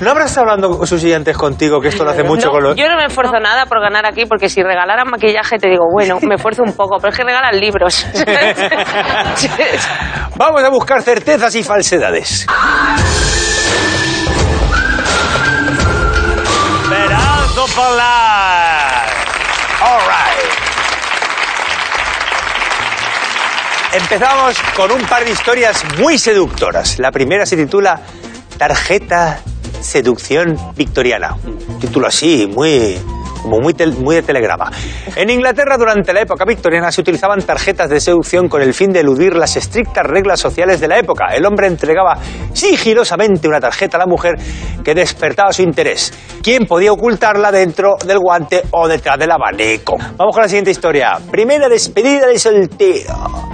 Speaker 1: ¿No habrás estado hablando, Susi, antes contigo, que esto lo hace mucho
Speaker 3: No,
Speaker 1: con los...
Speaker 3: Yo no me esfuerzo nada por ganar aquí, porque si regalaran maquillaje te digo, bueno, me esfuerzo un poco, pero es que regalan libros.
Speaker 1: Vamos a buscar certezas y falsedades. Verano polar. All right. Empezamos con un par de historias muy seductoras. La primera se titula Tarjeta Seducción Victoriana. Un título así, muy como muy, tel- muy de telegrama. En Inglaterra, durante la época victoriana, se utilizaban tarjetas de seducción con el fin de eludir las estrictas reglas sociales de la época. El hombre entregaba sigilosamente una tarjeta a la mujer que despertaba su interés, quien podía ocultarla dentro del guante o detrás del abanico. Vamos con la siguiente historia. Primera despedida de soltero.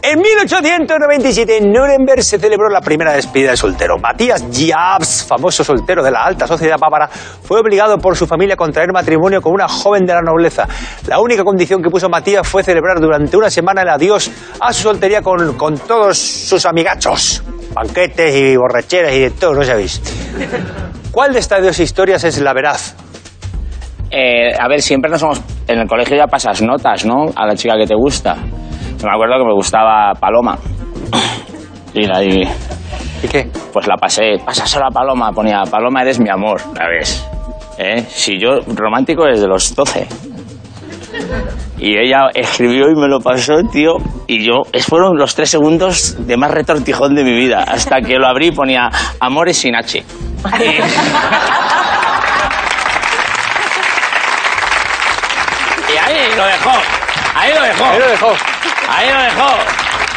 Speaker 1: En 1897 en Nuremberg se celebró la primera despedida de soltero. Matías Jabs, famoso soltero de la alta sociedad bávara, fue obligado por su familia a contraer matrimonio con una joven de la nobleza. La única condición que puso Matías fue celebrar durante una semana el adiós a su soltería con, con todos sus amigachos. Banquetes y borracheras y de todo, no sabéis. ¿Cuál de estas dos historias es la veraz?
Speaker 4: Eh, a ver, siempre nos somos. En el colegio ya pasas notas, ¿no? A la chica que te gusta. Me acuerdo que me gustaba Paloma. Y la di.
Speaker 1: ¿Y qué?
Speaker 4: Pues la pasé. Pásaselo a Paloma. Ponía, Paloma, eres mi amor. ¿La ves? ¿Eh? Si yo, romántico desde los 12. Y ella escribió y me lo pasó, tío. Y yo, es- fueron los tres segundos de más retortijón de mi vida. Hasta que lo abrí y ponía, amores sin H. Y ahí lo dejó. Ahí lo dejó.
Speaker 1: Ahí lo dejó.
Speaker 4: Ahí lo dejó.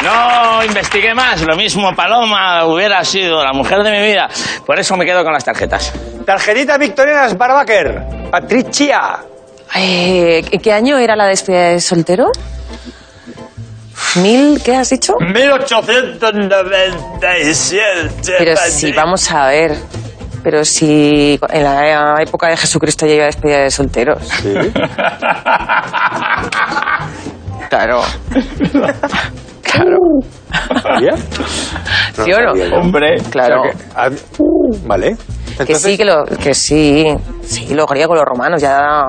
Speaker 4: No investigué más. Lo mismo Paloma hubiera sido la mujer de mi vida. Por eso me quedo con las tarjetas.
Speaker 1: Tarjetitas victorianas Barbaker. Patricia.
Speaker 5: Eh, ¿qué- ¿Qué año era la despedida de soltero? ¿Mil? ¿Qué has dicho?
Speaker 1: 1897.
Speaker 5: Pero si, vamos a ver. Pero si en la época de Jesucristo ya iba a despedida de solteros. Claro. ¿Sí o no?
Speaker 4: Hombre.
Speaker 5: Claro.
Speaker 1: Ah, vale.
Speaker 5: Que sí, que, lo, que sí. Sí, los griegos, los romanos ya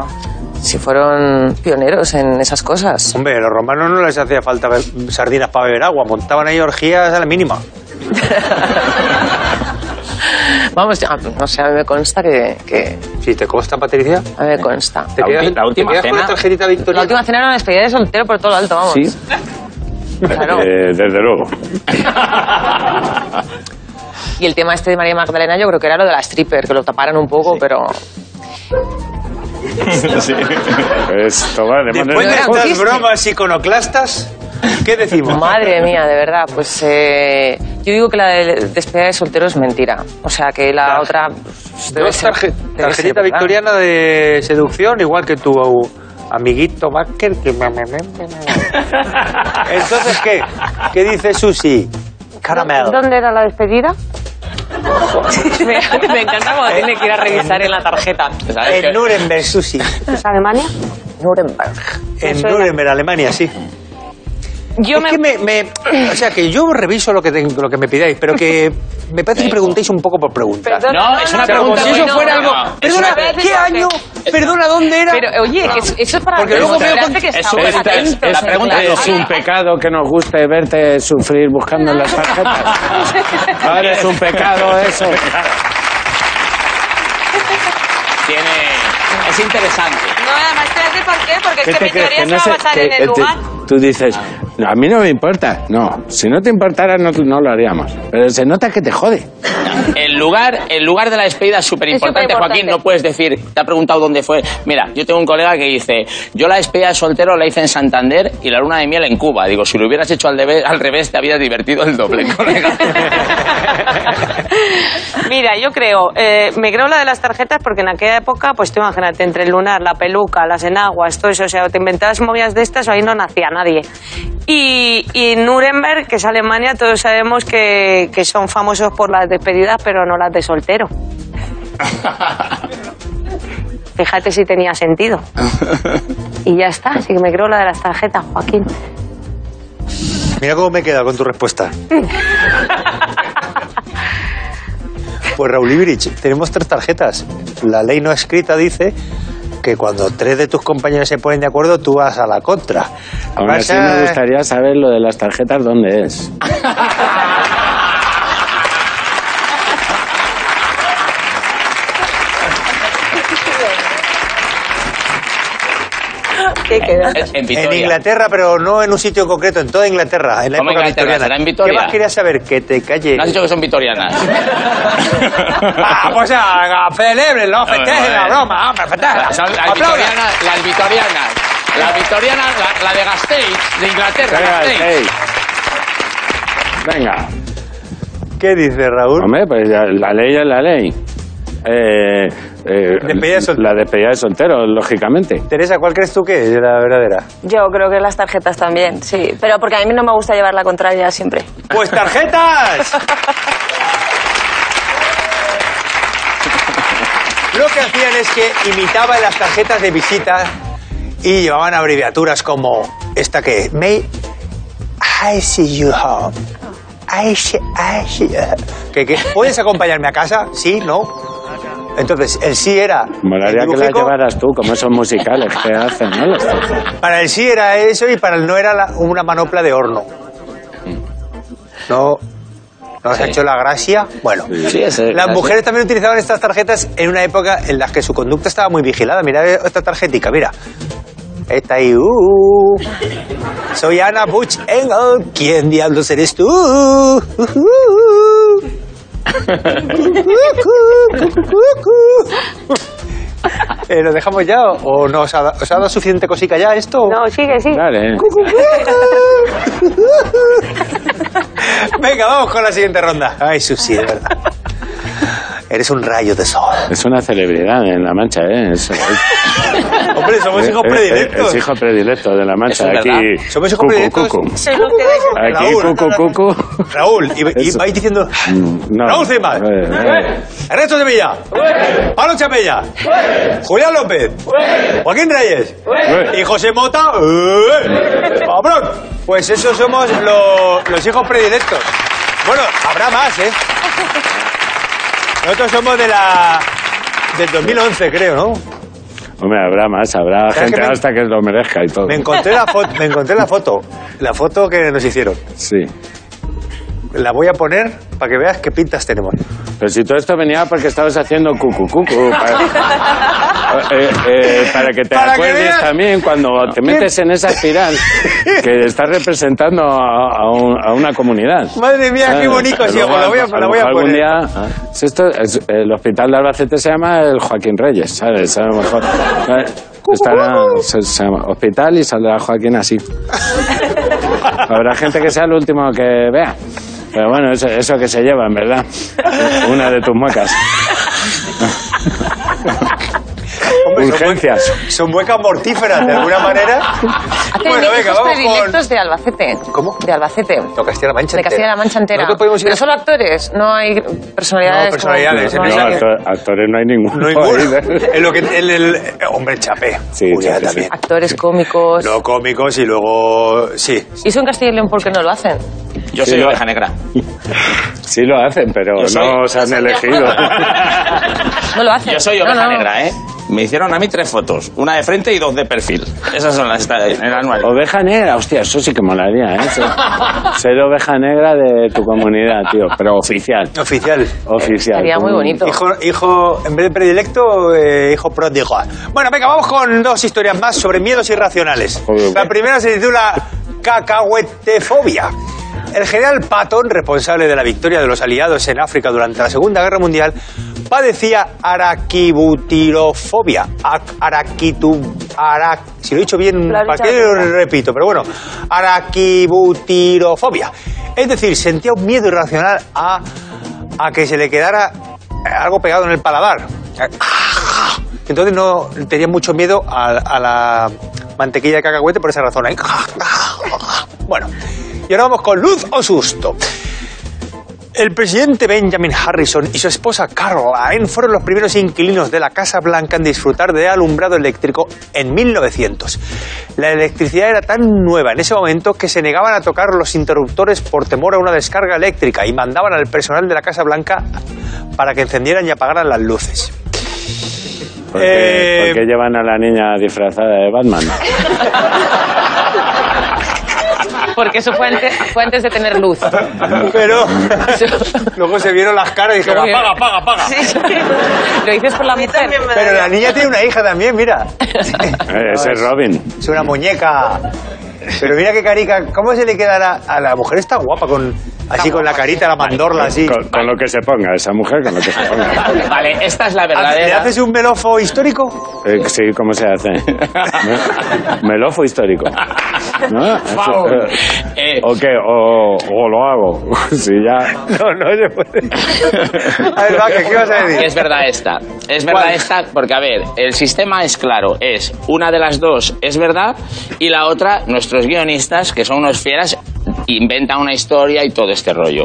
Speaker 5: sí fueron pioneros en esas cosas.
Speaker 1: Hombre, a los romanos no les hacía falta be- sardinas para beber agua, montaban ahí orgías a la mínima.
Speaker 5: Vamos, ya, no sé, a mí me consta que... que-
Speaker 1: Si te consta, Patricia,
Speaker 5: a mí me consta.
Speaker 1: te
Speaker 4: La
Speaker 1: quedas,
Speaker 4: ulti- la
Speaker 1: te
Speaker 4: última
Speaker 1: quedas con
Speaker 4: cena-
Speaker 1: la tarjetita
Speaker 5: La
Speaker 1: victoria.
Speaker 5: última cena era una despedida de soltero por todo lo alto, vamos.
Speaker 2: Sí,
Speaker 1: Ah,
Speaker 5: Claro.
Speaker 2: eh, desde luego.
Speaker 5: Y el tema este de María Magdalena yo creo que era lo de la stripper, que lo taparon un poco, pero...
Speaker 2: Esto va de
Speaker 1: Después de
Speaker 2: manera-
Speaker 5: Bueno,
Speaker 1: estas
Speaker 5: cogiste.
Speaker 1: bromas iconoclastas, ¿qué decimos?
Speaker 5: Madre mía, de verdad, pues eh, yo digo que la de despedida de soltero es mentira. O sea, que la
Speaker 1: Claro.
Speaker 5: otra... debe
Speaker 1: Dos
Speaker 5: ser-
Speaker 1: tarje-
Speaker 5: debe ser
Speaker 1: tarjetita
Speaker 5: verdad.
Speaker 1: victoriana de seducción, igual que tu amiguito Baker. Que... Entonces, ¿qué? ¿Qué dice Susi? Caramel.
Speaker 6: ¿Dónde era la despedida?
Speaker 5: Me, me encanta cuando tiene que ir a revisar en la tarjeta.
Speaker 4: ¿Sabes qué?
Speaker 1: En Nuremberg, Susi.
Speaker 6: Pues Alemania.
Speaker 5: Nuremberg.
Speaker 1: En Nuremberg, Alemania, sí.
Speaker 3: Yo
Speaker 1: es
Speaker 3: me,
Speaker 1: que me, me- O sea, que yo reviso lo que, ten- lo que me pidáis, pero que me parece que preguntéis un poco por preguntas.
Speaker 3: Perdona,
Speaker 4: No, es una
Speaker 1: O sea, como
Speaker 4: pregunta.
Speaker 1: si
Speaker 4: muy-
Speaker 1: eso fuera
Speaker 4: no,
Speaker 1: algo.
Speaker 4: no, es
Speaker 1: Perdona,
Speaker 4: una-
Speaker 1: ¿qué año? Perdona, ¿dónde era?
Speaker 5: Pero oye, que es- eso es para...
Speaker 1: Porque luego veo
Speaker 5: demostrarte
Speaker 1: con-
Speaker 5: que
Speaker 4: es
Speaker 5: estamos
Speaker 4: un- esta es-
Speaker 5: atentos,
Speaker 4: la
Speaker 5: en
Speaker 4: pregunta
Speaker 5: plan-
Speaker 2: Es un pecado que nos guste verte sufrir buscando las tarjetas. Ahora es un pecado eso.
Speaker 4: Tiene... Es interesante.
Speaker 3: no, además te voy a decir por qué, porque
Speaker 2: ¿Qué
Speaker 3: es
Speaker 2: te
Speaker 3: que mi
Speaker 2: crees?
Speaker 3: teoría
Speaker 2: Que
Speaker 3: se
Speaker 2: no
Speaker 3: va a
Speaker 2: sé-
Speaker 3: basar
Speaker 2: que,
Speaker 3: en el
Speaker 2: eh, te-
Speaker 3: lugar.
Speaker 2: Tú dices, a mí no me importa. No, si no te importara no, no lo haríamos. Pero se nota que te jode.
Speaker 4: El lugar, el lugar de la despedida es súper importante,
Speaker 3: superimportante.
Speaker 4: Joaquín. No puedes decir, te ha preguntado dónde fue. Mira, yo tengo un colega que dice, yo la despedida de soltero la hice en Santander y la luna de miel en Cuba. Digo, si lo hubieras hecho al, debe- al revés, te habías divertido el doble, colega.
Speaker 3: Mira, yo creo, eh, me creo la de las tarjetas porque en aquella época, pues tú imagínate, entre el lunar, la peluca, las enaguas, todo eso, o sea, te inventabas movidas de estas o ahí no nacía nadie. Y, y Nuremberg, que es Alemania, todos sabemos que, que son famosos por las despedidas, pero no las de soltero. Fíjate si tenía sentido. Y ya está, así que me creo la de las tarjetas, Joaquín.
Speaker 1: Mira cómo me he quedado con tu respuesta. Pues Raúl Ibrich, tenemos tres tarjetas. La ley no escrita dice que cuando tres de tus compañeros se ponen de acuerdo, tú vas a la contra.
Speaker 2: Aún
Speaker 1: Vas
Speaker 2: así
Speaker 1: a-
Speaker 2: me gustaría saber lo de las tarjetas dónde es.
Speaker 3: ¿Qué queda?
Speaker 4: Eh, En
Speaker 1: En
Speaker 4: Vitoria.
Speaker 1: Inglaterra, pero no en un sitio concreto, en toda Inglaterra, en la
Speaker 4: ¿Cómo
Speaker 1: época
Speaker 4: Inglaterra?
Speaker 1: victoriana.
Speaker 4: ¿Será en Vitoria?
Speaker 1: ¿Qué más querías saber? Que te calle.
Speaker 4: No has dicho que son vitorianas.
Speaker 1: Ah, pues ah, celébrenlo, festejen la
Speaker 4: Hombre.
Speaker 1: broma, hombre,
Speaker 4: Las,
Speaker 1: festejen.
Speaker 4: las
Speaker 1: Aplaudan.
Speaker 4: vitorianas, las vitorianas. Las vitorianas, la, la de Gasteiz, de Inglaterra.
Speaker 2: Venga,
Speaker 4: Gasteiz.
Speaker 2: seis. Venga.
Speaker 1: ¿Qué dice Raúl?
Speaker 2: Hombre, pues ya, la ley es la ley. Eh, eh,
Speaker 1: Despedida de soltero.
Speaker 2: La despedida de soltero, lógicamente.
Speaker 1: Teresa, ¿cuál crees tú que es la verdadera?
Speaker 6: Yo creo que las tarjetas también, sí. Pero porque a mí no me gusta llevar la contraria siempre.
Speaker 1: ¡Pues tarjetas! Lo que hacían es que imitaban las tarjetas de visita y llevaban abreviaturas como esta que May I see you home. I see, I see you. Que, que, ¿Puedes acompañarme a casa? ¿Sí? ¿No? Entonces, el sí era...
Speaker 2: Molaría
Speaker 1: el
Speaker 2: que la
Speaker 1: dibujico,
Speaker 2: llevaras tú, como esos musicales que hacen, ¿no? Los-
Speaker 1: Para el sí era eso y para el no era la- una manopla de horno. ¿No, ¿no has
Speaker 4: Mm. Sí.
Speaker 1: hecho la gracia? Bueno.
Speaker 4: Sí, ese-
Speaker 2: Eh,
Speaker 1: Las
Speaker 4: ese-
Speaker 1: mujeres también utilizaban estas tarjetas en una época en la que su conducta estaba muy vigilada. Mira esta tarjetica, mira. Esta ahí, uh, soy Ana Butch Engel. ¿Quién diablos eres tú? Eh, ¿Lo dejamos ya o no? ¿Os ha, da- os ha dado suficiente cosica ya esto?
Speaker 3: No, sigue, sigue.
Speaker 2: Dale.
Speaker 1: Venga, vamos con la siguiente ronda. Ay, Susi, de verdad. Eres un rayo de sol.
Speaker 2: Es una celebridad en La Mancha, ¿eh? Es,
Speaker 1: Hombre, somos hijos
Speaker 2: eh, eh,
Speaker 1: predilectos.
Speaker 2: es hijo predilecto de La Mancha.
Speaker 4: Eso es
Speaker 2: Aquí,
Speaker 4: verdad.
Speaker 1: Somos hijos
Speaker 2: cucu,
Speaker 1: predilectos.
Speaker 2: cucu.
Speaker 3: Sois los que dejan.
Speaker 2: Aquí,
Speaker 1: Raúl.
Speaker 2: cucu, cucu.
Speaker 1: Raúl, y, y
Speaker 2: Eso.
Speaker 1: vais diciendo.
Speaker 2: Mm, no.
Speaker 1: Raúl Cima.
Speaker 2: Eh, eh.
Speaker 1: Ernesto Sevilla. Pablo Chapella. Julián López. Joaquín Reyes.
Speaker 2: Eh.
Speaker 1: Y José Mota. ¡Eh! ¡Cabrón! Pues esos somos lo- los hijos predilectos. Bueno, habrá más, ¿eh? Nosotros somos de la. del 2011, creo, ¿no?
Speaker 2: Hombre, habrá más, habrá
Speaker 1: ¿Sabes
Speaker 2: gente
Speaker 1: que me-
Speaker 2: hasta que lo merezca y todo.
Speaker 1: Me encontré la foto, me encontré la foto, la foto que nos hicieron.
Speaker 2: Sí.
Speaker 1: La voy a poner para que veas qué pintas tenemos.
Speaker 2: Pero si todo esto venía porque estabas haciendo cucu, cucu. Para, eh, eh, para que te
Speaker 1: Para que
Speaker 2: acuerdes
Speaker 1: veas.
Speaker 2: también cuando te metes en esa espiral que estás representando a, a un- a una comunidad.
Speaker 1: Madre mía, qué
Speaker 2: Ah,
Speaker 1: bonito, sí,
Speaker 2: luego,
Speaker 1: la voy a,
Speaker 2: lo
Speaker 1: la voy a
Speaker 2: mejor algún
Speaker 1: poner.
Speaker 2: día- si esto es- el hospital de Albacete se llama el Joaquín Reyes, ¿sabes? A lo mejor. eh, estará- se, se llama hospital y saldrá Joaquín así. Habrá gente que sea el último que vea. Pero bueno, eso, eso que se lleva, en verdad. Una de tus muecas.
Speaker 1: Hombre, son
Speaker 2: Urgencias.
Speaker 1: muecas- Son huecas mortíferas, de alguna manera.
Speaker 5: Hacen
Speaker 1: Bueno, venga,
Speaker 5: hijos
Speaker 1: vamos
Speaker 5: predilectos
Speaker 1: con...
Speaker 5: de Albacete.
Speaker 1: ¿Cómo?
Speaker 5: De Albacete.
Speaker 1: No, Castilla-La Mancha
Speaker 5: De Castilla-La Mancha entera.
Speaker 1: Nosotros podemos ir
Speaker 5: Pero
Speaker 1: a-
Speaker 5: solo actores, no hay personalidades.
Speaker 1: No, personalidades,
Speaker 5: como-
Speaker 1: en
Speaker 5: no
Speaker 2: No,
Speaker 1: esa-
Speaker 5: hay-
Speaker 2: acto- actores no hay ninguno.
Speaker 1: No hay ninguna. En lo que... en el- eh, hombre, chapé.
Speaker 2: Sí,
Speaker 1: Julia
Speaker 2: sí, sí,
Speaker 1: también.
Speaker 5: Actores cómicos.
Speaker 1: No cómicos y luego... Sí.
Speaker 5: ¿Y eso en Castilla y León por qué no lo hacen?
Speaker 4: Yo
Speaker 2: Sí,
Speaker 4: soy
Speaker 2: lo-
Speaker 4: oveja negra.
Speaker 2: Sí lo hacen, pero
Speaker 4: Yo soy-
Speaker 2: no os han elegido.
Speaker 5: No lo hacen.
Speaker 4: Yo soy
Speaker 5: No,
Speaker 4: oveja
Speaker 5: no.
Speaker 4: negra, ¿eh? Me hicieron a mí tres fotos, una de frente y dos de perfil. Esas son las esta- en el anual.
Speaker 2: Oveja negra, hostia, eso sí que molaría, ¿eh? Ser, ser oveja negra de tu comunidad, tío, pero oficial.
Speaker 1: Oficial.
Speaker 2: Oficial.
Speaker 5: Sería muy
Speaker 2: Como-
Speaker 5: bonito.
Speaker 1: Hijo, hijo, en vez de predilecto, eh, hijo pródigo. Bueno, venga, vamos con dos historias más sobre miedos irracionales.
Speaker 2: Joder.
Speaker 1: La primera se titula Cacahuetefobia. El general Patton, responsable de la victoria de los aliados en África durante la Segunda Guerra Mundial, padecía araquibutirofobia. Ac- Araquitu... ara- si lo he dicho bien,
Speaker 6: Lo has
Speaker 1: ¿para Mm,
Speaker 6: dicho
Speaker 1: qué
Speaker 6: bien.
Speaker 1: repito, pero bueno, araquibutirofobia. Es decir, sentía un miedo irracional a, a que se le quedara eh, algo pegado en el paladar. Ah, Entonces no tenía mucho miedo a, a la mantequilla de cacahuete por esa razón. ¿eh? ahí. ah. Bueno, y ahora vamos con luz o susto. El presidente Benjamin Harrison y su esposa Caroline fueron los primeros inquilinos de la Casa Blanca en disfrutar de alumbrado eléctrico en 1900. La electricidad era tan nueva en ese momento que se negaban a tocar los interruptores por temor a una descarga eléctrica y mandaban al personal de la Casa Blanca para que encendieran y apagaran las luces.
Speaker 2: Porque,
Speaker 1: Eh,
Speaker 2: porque llevan a la niña disfrazada de Batman.
Speaker 5: Porque eso fue antes, fue antes de tener luz.
Speaker 1: Pero luego se vieron las caras y dije,
Speaker 5: Como que-
Speaker 1: apaga, apaga, apaga.
Speaker 5: Sí. Lo dices por la mujer.
Speaker 1: Pero la niña tiene una hija también, mira.
Speaker 2: Eh, Ese es Robin.
Speaker 1: Es una muñeca. Pero mira qué carica. ¿Cómo se le queda a la, a la mujer? Está guapa con así con la carita, la mandorla así.
Speaker 2: Con, con lo que se ponga, esa mujer con lo que se ponga.
Speaker 4: Vale, esta es la
Speaker 1: ¿Le
Speaker 4: verdadera.
Speaker 1: haces un melofo histórico?
Speaker 2: Eh, sí, ¿cómo se hace? Me- Melofo histórico. ¿No? Eso,
Speaker 4: Favor.
Speaker 2: eh,
Speaker 4: Eh,
Speaker 2: ¿O qué? O, o lo hago. Si ya.
Speaker 1: No, no se puede. A ver, Vaque, ¿qué vas a decir?
Speaker 4: Es verdad esta. Es verdad
Speaker 1: ¿Cuál?
Speaker 4: esta porque, a ver, el sistema es claro. Es una de las dos es verdad y la otra, nuestros guionistas, que son unos fieras, inventan una historia y todo este rollo.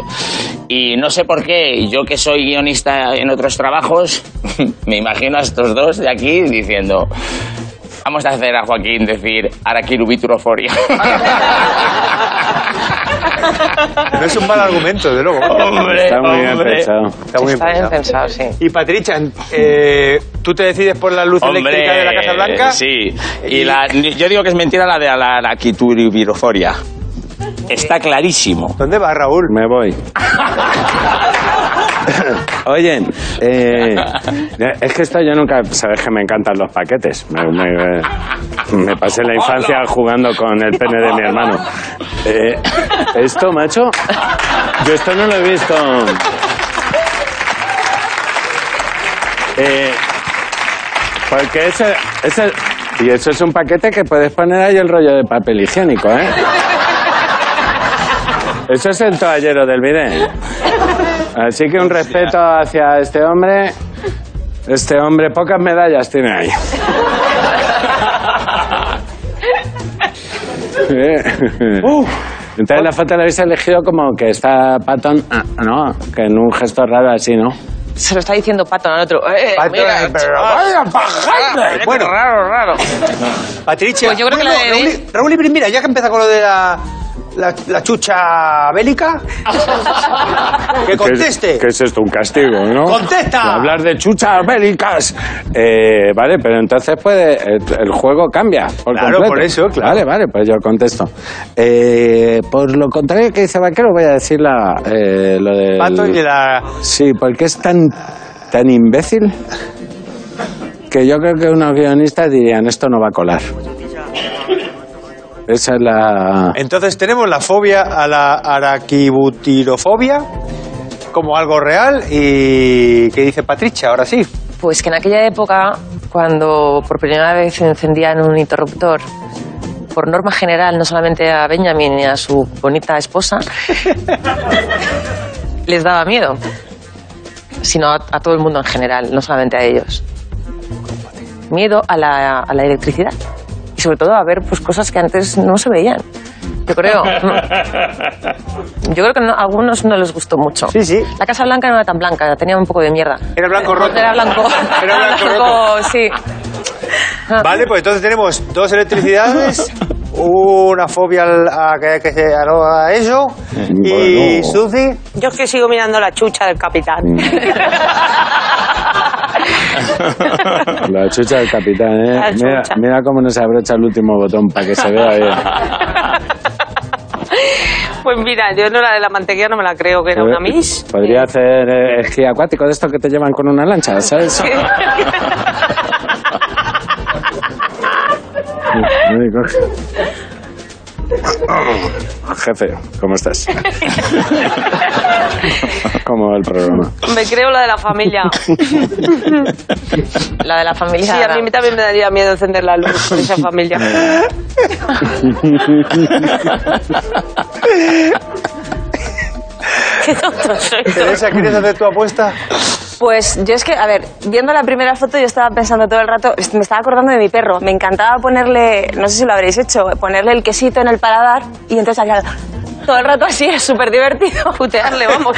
Speaker 4: Y no sé por qué, yo que soy guionista en otros trabajos, me imagino a estos dos de aquí diciendo... Vamos a hacer a Joaquín decir Arakirubiturofobia.
Speaker 1: No es un mal argumento, de luego.
Speaker 4: hombre,
Speaker 2: Está muy bien
Speaker 4: hombre.
Speaker 2: pensado.
Speaker 1: Está muy bien
Speaker 5: Está bien
Speaker 1: pensado.
Speaker 5: pensado, sí.
Speaker 1: Y Patricia, eh, ¿tú te decides por la luz eléctrica de la Casa Blanca?
Speaker 4: Sí. Y la- yo digo que es mentira la de la araquituribiroforia. Está clarísimo.
Speaker 1: ¿Dónde va Raúl?
Speaker 2: Me voy. Oye, eh, es que esto yo nunca, sabes que me encantan los paquetes. Me, me- me pasé la infancia jugando con el pene de mi hermano. Eh, esto, macho, yo esto no lo he visto. Eh, porque ese, ese, y eso es un paquete que puedes poner ahí el rollo de papel higiénico, ¿eh? Eso es el toallero del bidet. Así que un respeto hacia este hombre. Este hombre pocas medallas tiene ahí. Eh, Entonces la foto la habéis elegido como que está Patton, ah, ¿no? Que en un gesto raro así, ¿no?
Speaker 5: Se lo está diciendo Pato al otro. Eh,
Speaker 1: Pato,
Speaker 5: mira,
Speaker 1: pero-
Speaker 5: vaya pajada.
Speaker 1: Bueno.
Speaker 5: raro, raro.
Speaker 1: Patricia.
Speaker 5: Pues yo creo que la de
Speaker 1: Raúl, y- Raúl y Brin, mira, ya que empieza con lo de la, la, la chucha bélica, que conteste.
Speaker 2: ¿Qué es esto? Un castigo, ¿no?
Speaker 1: ¡Contesta!
Speaker 2: Hablar de chuchas bélicas. Eh, vale, pero entonces puede, el, el juego cambia. Por
Speaker 1: Claro,
Speaker 2: completo.
Speaker 1: por eso, claro.
Speaker 2: Vale, vale, pues yo contesto. Eh, por lo contrario que dice Vaquero, voy a decir la, eh, lo de.
Speaker 1: Pato y la.
Speaker 2: Sí, porque es tan, tan imbécil que yo creo que unos guionistas dirían: esto no va a colar. Esa es la.
Speaker 1: Entonces tenemos la fobia a la araquibutirofobia como algo real y ¿qué dice Patricia? Ahora sí.
Speaker 5: Pues que en aquella época, cuando por primera vez se encendían un interruptor, por norma general, no solamente a Benjamin y a su bonita esposa, les daba miedo, sino a, a todo el mundo en general, no solamente a ellos. Miedo a la, a la electricidad y sobre todo a ver pues, cosas que antes no se veían. Yo creo, no. yo creo que no- a algunos no les gustó mucho.
Speaker 1: Sí, sí.
Speaker 5: La Casa Blanca no era tan blanca, tenía un poco de mierda.
Speaker 1: Era blanco roto.
Speaker 5: Era blanco.
Speaker 1: Era blanco roto.
Speaker 5: sí. Ah.
Speaker 1: Vale, pues entonces tenemos dos electricidades, una fobia al- a, que- que se- a lo- a eso y
Speaker 2: Bueno.
Speaker 1: Susi.
Speaker 3: Yo es que sigo mirando la chucha del capitán.
Speaker 2: La chucha del capitán, ¿eh?
Speaker 3: La
Speaker 2: Mira,
Speaker 3: chucha.
Speaker 2: mira cómo nos abrocha el último botón para que se vea bien.
Speaker 3: Pues mira, yo no la de la mantequilla no me la creo que era una miss.
Speaker 2: Podría hacer eh, esquí acuático de esto que te llevan con una lancha, ¿sabes? Muy co- Jefe, ¿cómo estás? ¿Cómo va el programa?
Speaker 3: Me creo la de la familia.
Speaker 5: La de la familia.
Speaker 3: Sí, a mí también me daría miedo encender la luz con esa familia. Qué tonto soy.
Speaker 1: Teresa, ¿quieres hacer tu apuesta?
Speaker 6: Pues yo es que, a ver, viendo la primera foto yo estaba pensando todo el rato, est- me estaba acordando de mi perro, me encantaba ponerle, no sé si lo habréis hecho, ponerle el quesito en el paladar y entonces hacía todo el rato así, es súper divertido.
Speaker 3: Putearle, vamos.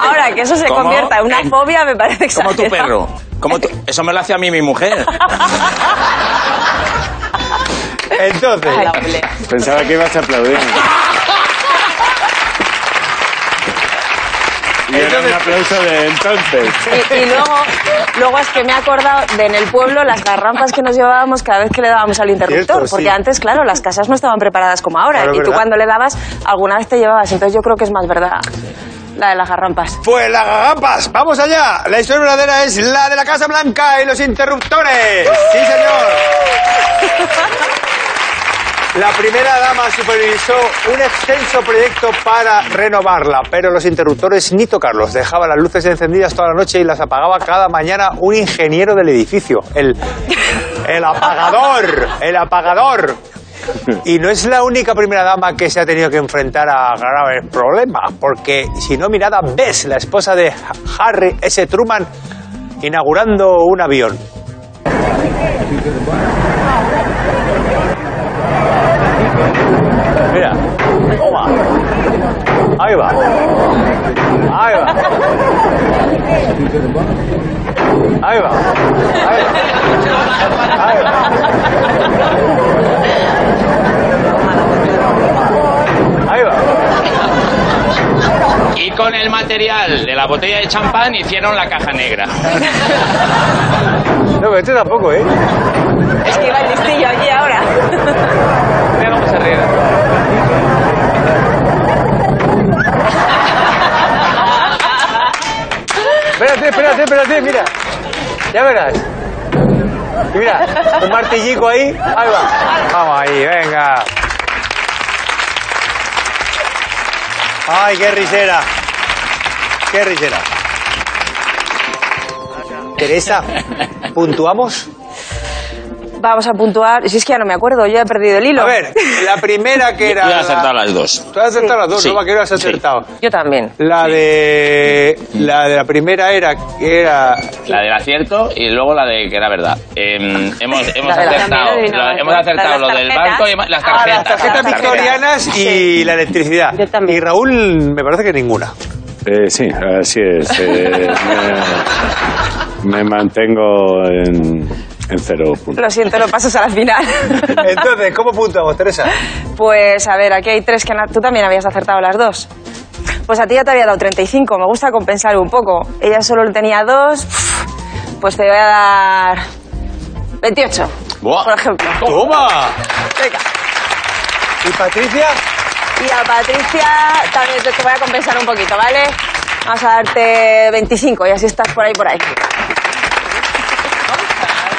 Speaker 6: Ahora, que eso se
Speaker 4: ¿Cómo?
Speaker 6: convierta en una fobia me parece
Speaker 4: Como
Speaker 6: exagerado.
Speaker 4: tu perro. Como tu- Eso me lo hace a mí mi mujer.
Speaker 1: Entonces,
Speaker 2: Pensaba que ibas a aplaudir. Y era un aplauso de entonces.
Speaker 6: Y, y luego, Luego es que me he acordado de en el pueblo las garrampas que nos llevábamos cada vez que le dábamos al interruptor.
Speaker 1: Cierto,
Speaker 6: porque
Speaker 1: sí.
Speaker 6: antes, claro, las casas no estaban preparadas como ahora.
Speaker 1: Claro,
Speaker 6: y tú
Speaker 1: ¿verdad?
Speaker 6: cuando le dabas, alguna vez te llevabas. Entonces yo creo que es más verdad la de las garrampas.
Speaker 1: Pues las gagampas, vamos allá. La historia verdadera es la de la Casa Blanca y los interruptores. Sí, señor. La primera dama supervisó un extenso proyecto para renovarla, pero los interruptores ni tocarlos. Dejaba las luces encendidas toda la noche y las apagaba cada mañana un ingeniero del edificio. El, el apagador, el apagador. Y no es la única primera dama que se ha tenido que enfrentar a graves problemas, porque si no mirada, ves la esposa de Harry S. Truman inaugurando un avión. Mira, toma. Ahí va. Ahí va. Ahí va. Ahí va. Ahí va. Ahí va.
Speaker 4: Y con el material de la botella de champán hicieron la caja negra.
Speaker 1: No, pero este tampoco, ¿eh?
Speaker 6: Es que iba el listillo allí ahora.
Speaker 4: Mira cómo se ríe.
Speaker 1: Espérate, espérate, espérate, mira. Ya verás. Y mira, un martillico ahí. Ahí va. Vamos ahí, venga. Ay, qué risera. Qué risera. Teresa, ¿puntuamos?
Speaker 6: Vamos a puntuar. Si es que ya no me acuerdo, yo he perdido el hilo.
Speaker 1: A ver, la primera que era.
Speaker 4: Yo he acertado
Speaker 1: la-
Speaker 4: las dos.
Speaker 1: Tú has acertado las dos,
Speaker 4: Sí.
Speaker 1: no va que has
Speaker 4: Sí.
Speaker 1: acertado.
Speaker 5: Yo también.
Speaker 1: La de. La de la primera era. era
Speaker 4: La del acierto y luego la de que era verdad. Em, hemos, hemos
Speaker 5: de la-
Speaker 4: acertado,
Speaker 6: también adivinaba
Speaker 4: la-
Speaker 6: yo.
Speaker 4: hemos
Speaker 6: La de
Speaker 4: acertado
Speaker 6: las
Speaker 4: lo del
Speaker 6: tarjetas.
Speaker 4: banco y ma- las
Speaker 6: Ah, las
Speaker 4: tarjetas.
Speaker 1: tarjetas
Speaker 4: las
Speaker 1: victorianas y la electricidad.
Speaker 6: Yo también.
Speaker 1: Y Raúl, me parece que ninguna.
Speaker 2: Eh, sí, así es. eh, me, me mantengo en, en cero puntos.
Speaker 6: Lo siento, lo pasas a la final.
Speaker 1: Entonces, ¿cómo puntuamos, Teresa?
Speaker 6: Pues a ver, aquí hay tres que han- tú también habías acertado las dos. Pues a ti ya te había dado 35, me gusta compensar un poco. Ella solo tenía dos, pues te voy a dar 28,
Speaker 4: Buah.
Speaker 6: por ejemplo.
Speaker 1: ¡Toma!
Speaker 6: Venga.
Speaker 1: ¿Y Patricia?
Speaker 6: Y a Patricia también te te voy a compensar un poquito, ¿vale? Vamos a darte 25 y así estás por ahí, por ahí.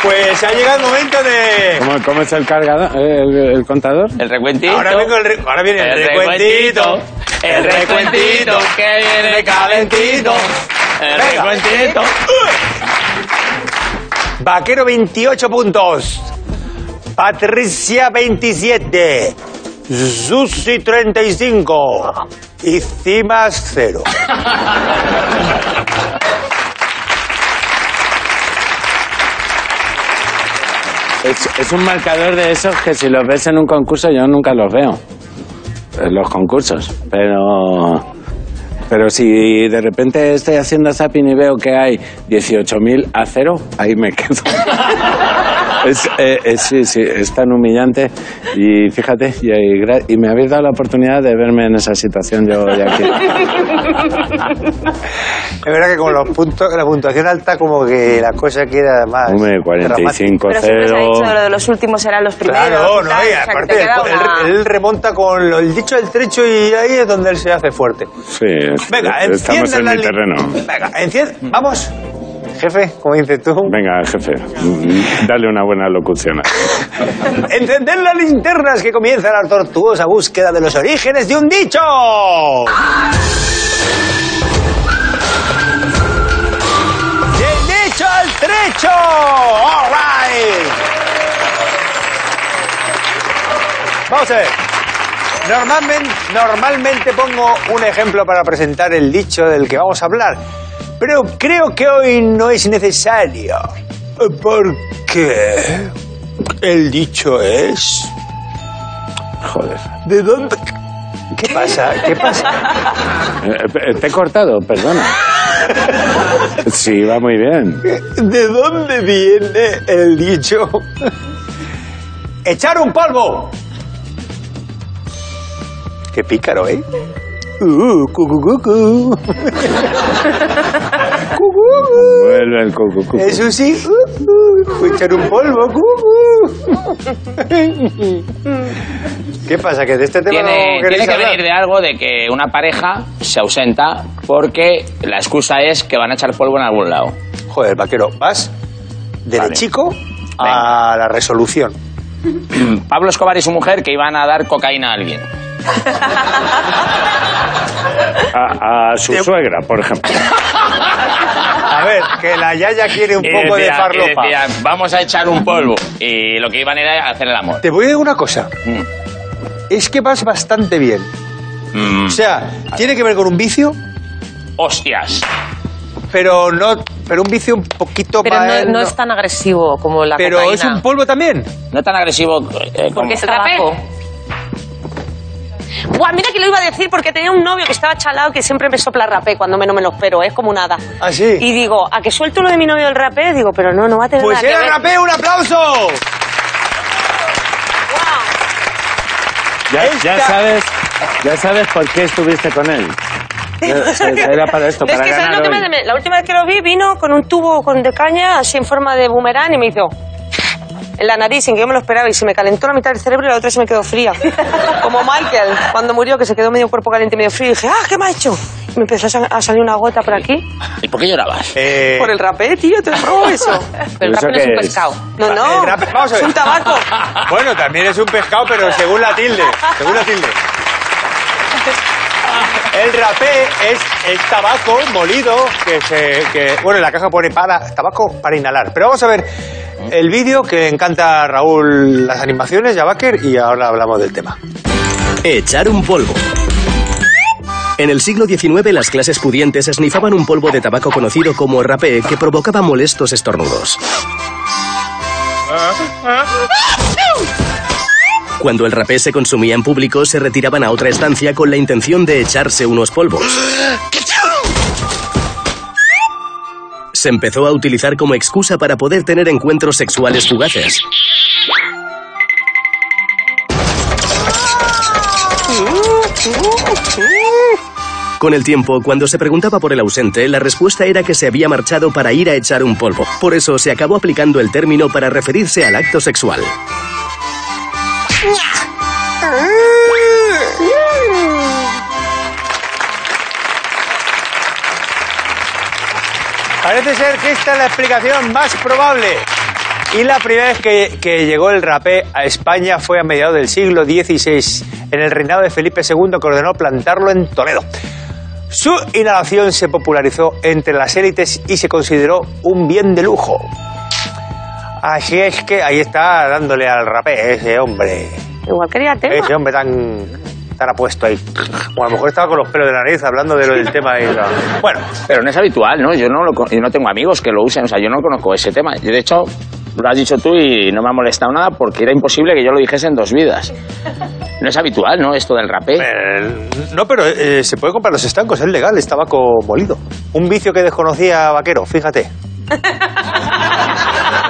Speaker 1: Pues ha llegado el momento de...
Speaker 2: ¿Cómo, cómo es el cargador, eh, el, el contador?
Speaker 4: El recuentito.
Speaker 1: Ahora, vengo el re- ahora viene el, recuentito.
Speaker 4: El recuentito que viene calentito. El
Speaker 1: Venga.
Speaker 4: recuentito.
Speaker 1: Vaquero 28 puntos. Patricia 27. Susi 35. Y Cimas 0.
Speaker 2: Es, es un marcador de esos que si los ves en un concurso yo nunca los veo. eh, Los concursos. Pero, pero si de repente estoy haciendo zapping y veo que hay 18.000 a cero, ahí me quedo. es, eh, es- sí, sí, es tan humillante. Y fíjate, y, y gra- y me habéis dado la oportunidad de verme en esa situación yo hoy aquí.
Speaker 1: Es verdad que con los puntos, la puntuación alta como que la cosa queda más...
Speaker 2: Hombre, 45
Speaker 6: Pero siempre se ha dicho lo
Speaker 2: 0.
Speaker 6: de los últimos serán los primeros.
Speaker 1: Claro,
Speaker 6: y
Speaker 1: no,
Speaker 6: tal,
Speaker 1: y
Speaker 6: o sea, que
Speaker 1: aparte
Speaker 6: te queda
Speaker 1: él,
Speaker 6: una-
Speaker 1: él remonta con lo- el dicho del trecho y ahí es donde él se hace fuerte.
Speaker 2: Sí,
Speaker 1: Venga,
Speaker 2: estamos
Speaker 1: enciendan
Speaker 2: en
Speaker 1: la
Speaker 2: mi
Speaker 1: li-
Speaker 2: terreno.
Speaker 1: Venga, enciende, vamos. Jefe, como dices tú,
Speaker 2: Venga, jefe, mm, dale una buena locución.
Speaker 1: encender las linternas que comienza la tortuosa búsqueda de los orígenes de un dicho. Del dicho al trecho. All right. Vamos a ver. Normalmente, normalmente pongo un ejemplo para presentar el dicho del que vamos a hablar, pero creo que hoy no es necesario. Porque el dicho es...
Speaker 2: Joder.
Speaker 1: ¿De dónde? ¿Qué pasa? ¿Qué pasa?
Speaker 2: Eh, eh, Te he cortado, perdona. Sí, va muy bien.
Speaker 1: ¿De dónde viene el dicho? Echar un polvo. Qué pícaro, ¿eh? Uh, cu, cu, cu, cu. Cu, cu, cu.
Speaker 2: Vuelve el cucu, cucu.
Speaker 1: Eso sí, uh, uh, echar un polvo, uh, cu, cu. ¿Qué pasa? ¿Que de este tema
Speaker 4: Tiene,
Speaker 1: no queréis
Speaker 4: tiene que
Speaker 1: hablar?
Speaker 4: venir de algo de que una pareja se ausenta porque la excusa es que van a echar polvo en algún lado.
Speaker 1: Joder, vaquero, vas derechico a la resolución.
Speaker 4: Pablo Escobar y su mujer que iban a dar cocaína a alguien.
Speaker 2: A, a su
Speaker 1: Te-
Speaker 2: suegra, por ejemplo.
Speaker 1: A ver, que la Yaya quiere un
Speaker 4: Y
Speaker 1: poco de
Speaker 4: Eh, decía- y
Speaker 1: farlopa.
Speaker 4: decía, vamos a echar un polvo. Y lo que iban era a hacer el amor.
Speaker 1: Te voy a decir una cosa.
Speaker 4: Mm.
Speaker 1: Es que vas bastante bien.
Speaker 4: Mm,
Speaker 1: O sea, tiene que ver con un vicio,
Speaker 4: hostias.
Speaker 1: pero no, pero un vicio un poquito
Speaker 5: Pero
Speaker 1: más.
Speaker 5: no, no es tan agresivo como la
Speaker 1: pero
Speaker 5: cocaína.
Speaker 1: es un polvo también.
Speaker 4: No tan agresivo eh, como...
Speaker 5: Porque es tabaco.
Speaker 3: Buah, mira que lo iba a decir porque tenía un novio que estaba chalado que siempre me sopla rapé cuando menos me lo espero, es como nada.
Speaker 1: ¿Ah, sí?
Speaker 3: Y digo, a que suelto lo de mi novio el rapé, digo, pero no, no va a tener
Speaker 1: Pues
Speaker 3: nada que
Speaker 1: era
Speaker 3: ver.
Speaker 1: rapé, un aplauso.
Speaker 2: Ya, ya
Speaker 1: Esta-
Speaker 2: sabes, ya sabes por qué estuviste con él. Era para esto,
Speaker 3: Es
Speaker 2: para
Speaker 3: que, ¿sabes
Speaker 2: ganar
Speaker 3: lo que me-
Speaker 2: hoy.
Speaker 3: me- la última vez que lo vi vino con un tubo con de caña así en forma de boomerang y me hizo en la nariz sin que yo me lo esperaba y se me calentó la mitad del cerebro y la otra se me quedó fría. Como Michael cuando murió que se quedó medio cuerpo caliente y medio frío y dije, ah, ¿qué me ha hecho? Y me empezó a sa- a salir una gota por aquí.
Speaker 4: ¿Y por qué llorabas?
Speaker 1: Eh,
Speaker 3: Por el rapé, tío, te lo probo eso.
Speaker 5: Pero el
Speaker 2: ¿Eso
Speaker 5: rapé no es
Speaker 2: qué
Speaker 5: un
Speaker 2: es?
Speaker 5: pescado.
Speaker 3: No, no,
Speaker 1: el rapé, vamos a
Speaker 3: es
Speaker 1: ver.
Speaker 3: un tabaco.
Speaker 1: Bueno, también es un pescado, pero según la tilde. Según la tilde. El rapé es el tabaco molido que se. que- bueno, en la caja pone para tabaco para inhalar. Pero vamos a ver el vídeo que encanta a Raúl las animaciones y a Baker y ahora hablamos del tema.
Speaker 9: Echar un polvo. En el siglo XIX las clases pudientes esnifaban un polvo de tabaco conocido como rapé que provocaba molestos estornudos. Cuando el rapé se consumía en público se retiraban a otra estancia con la intención de echarse unos polvos. Se empezó a utilizar como excusa para poder tener encuentros sexuales fugaces. Con el tiempo, cuando se preguntaba por el ausente, la respuesta era que se había marchado para ir a echar un polvo. Por eso se acabó aplicando el término para referirse al acto sexual.
Speaker 1: Parece ser que esta es la explicación más probable. Y la primera vez que, que llegó el rapé a España fue a mediados del siglo XVI, en el reinado de Felipe II, que ordenó plantarlo en Toledo. Su inhalación se popularizó entre las élites y se consideró un bien de lujo. Así es que ahí está dándole al rapé ese hombre.
Speaker 3: Igual quería tema.
Speaker 1: Ese hombre tan, tan apuesto ahí. O a lo mejor estaba con los pelos de la nariz hablando de lo del tema. ahí. Bueno,
Speaker 4: Pero no es habitual, ¿no? Yo no, lo, con- yo no tengo amigos que lo usen, o sea, yo no conozco ese tema. Yo, de hecho, lo has dicho tú y no me ha molestado nada porque era imposible que yo lo dijese en dos vidas. No es habitual, ¿no? Esto del rapé.
Speaker 1: Eh, no, pero eh, se puede comprar los estancos, es legal, es tabaco molido. Un vicio que desconocía vaquero, fíjate.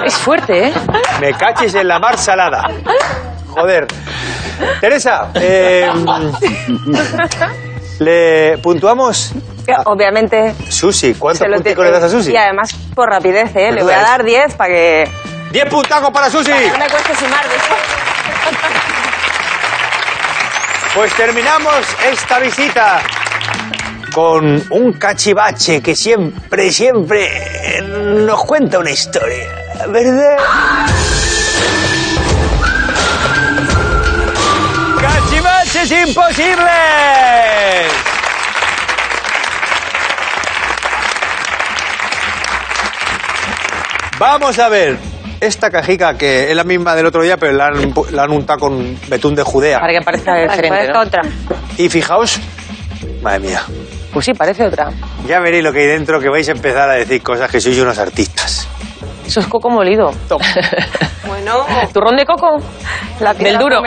Speaker 5: Es fuerte, ¿eh?
Speaker 1: Me cachis en la mar salada. Joder. Teresa, eh, le puntuamos.
Speaker 6: Obviamente.
Speaker 1: Susi, ¿cuántos
Speaker 6: se lo
Speaker 1: punticos
Speaker 6: te- eh,
Speaker 1: le das a Susi?
Speaker 6: Y además por rapidez, ¿eh? Le voy a
Speaker 1: Menuda
Speaker 6: dar 10 para que
Speaker 1: ¡Diez puntacos para Susi!
Speaker 6: no me cueste sumar. de hecho.
Speaker 1: Pues terminamos esta visita con un cachivache que siempre, siempre nos cuenta una historia, ¿verdad? ¡Cachivaches imposibles! Vamos a ver. Esta cajica que es la misma del otro día, pero la han, pu- la han untado con betún de Judea.
Speaker 5: Para que parezca diferente,
Speaker 3: Parezca
Speaker 5: ¿no?
Speaker 3: otra.
Speaker 1: Y fijaos, madre mía,
Speaker 5: Pues sí, parece otra.
Speaker 1: ya veréis lo que hay dentro, que vais a empezar a decir cosas que sois unos artistas.
Speaker 5: Eso es coco molido.
Speaker 1: Toma.
Speaker 3: Bueno,
Speaker 5: ¿Turrón de coco? Del duro.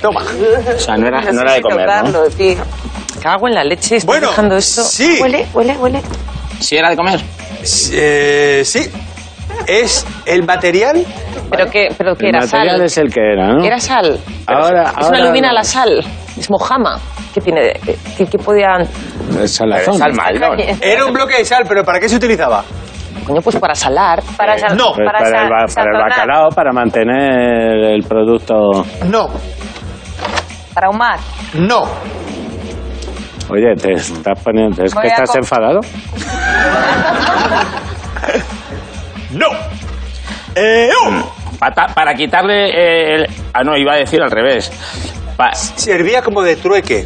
Speaker 1: Toma.
Speaker 4: O sea, no era, no era de comer, ¿no?
Speaker 6: Tocarlo, tío.
Speaker 5: Cago en la leche, estoy
Speaker 1: Bueno,
Speaker 5: dejando esto.
Speaker 1: sí,
Speaker 3: huele, huele, huele.
Speaker 4: Sí, era de comer.
Speaker 1: s- eh, sí. Es el material.
Speaker 5: Pero que, pero que
Speaker 2: El
Speaker 5: era
Speaker 2: material
Speaker 5: sal.
Speaker 2: es el que era, ¿no?
Speaker 5: Era sal.
Speaker 2: Ahora-
Speaker 5: es
Speaker 2: ahora-
Speaker 5: una lumina a la sal. Es Mojama. ¿Qué tiene? de- ¿Qué, qué podían...?
Speaker 2: Es salazón.
Speaker 4: Sal Maldon.
Speaker 1: Era un bloque de sal, pero ¿para qué se utilizaba?
Speaker 5: Coño, pues para salar.
Speaker 6: Para sal-
Speaker 1: no,
Speaker 2: Pues
Speaker 6: para,
Speaker 2: para,
Speaker 6: sal-
Speaker 2: el, ba- para el
Speaker 6: sazonar,
Speaker 2: bacalao, para mantener el producto.
Speaker 1: No,
Speaker 6: Para ahumar.
Speaker 1: no.
Speaker 2: Oye, te estás poniendo. ¿Es
Speaker 6: Voy
Speaker 2: que
Speaker 6: a
Speaker 2: estás
Speaker 6: co-
Speaker 2: enfadado?
Speaker 1: No. Eh, oh.
Speaker 4: Pata- para quitarle eh, el... Ah, no, iba a decir al revés. Pa-
Speaker 1: Servía como de trueque.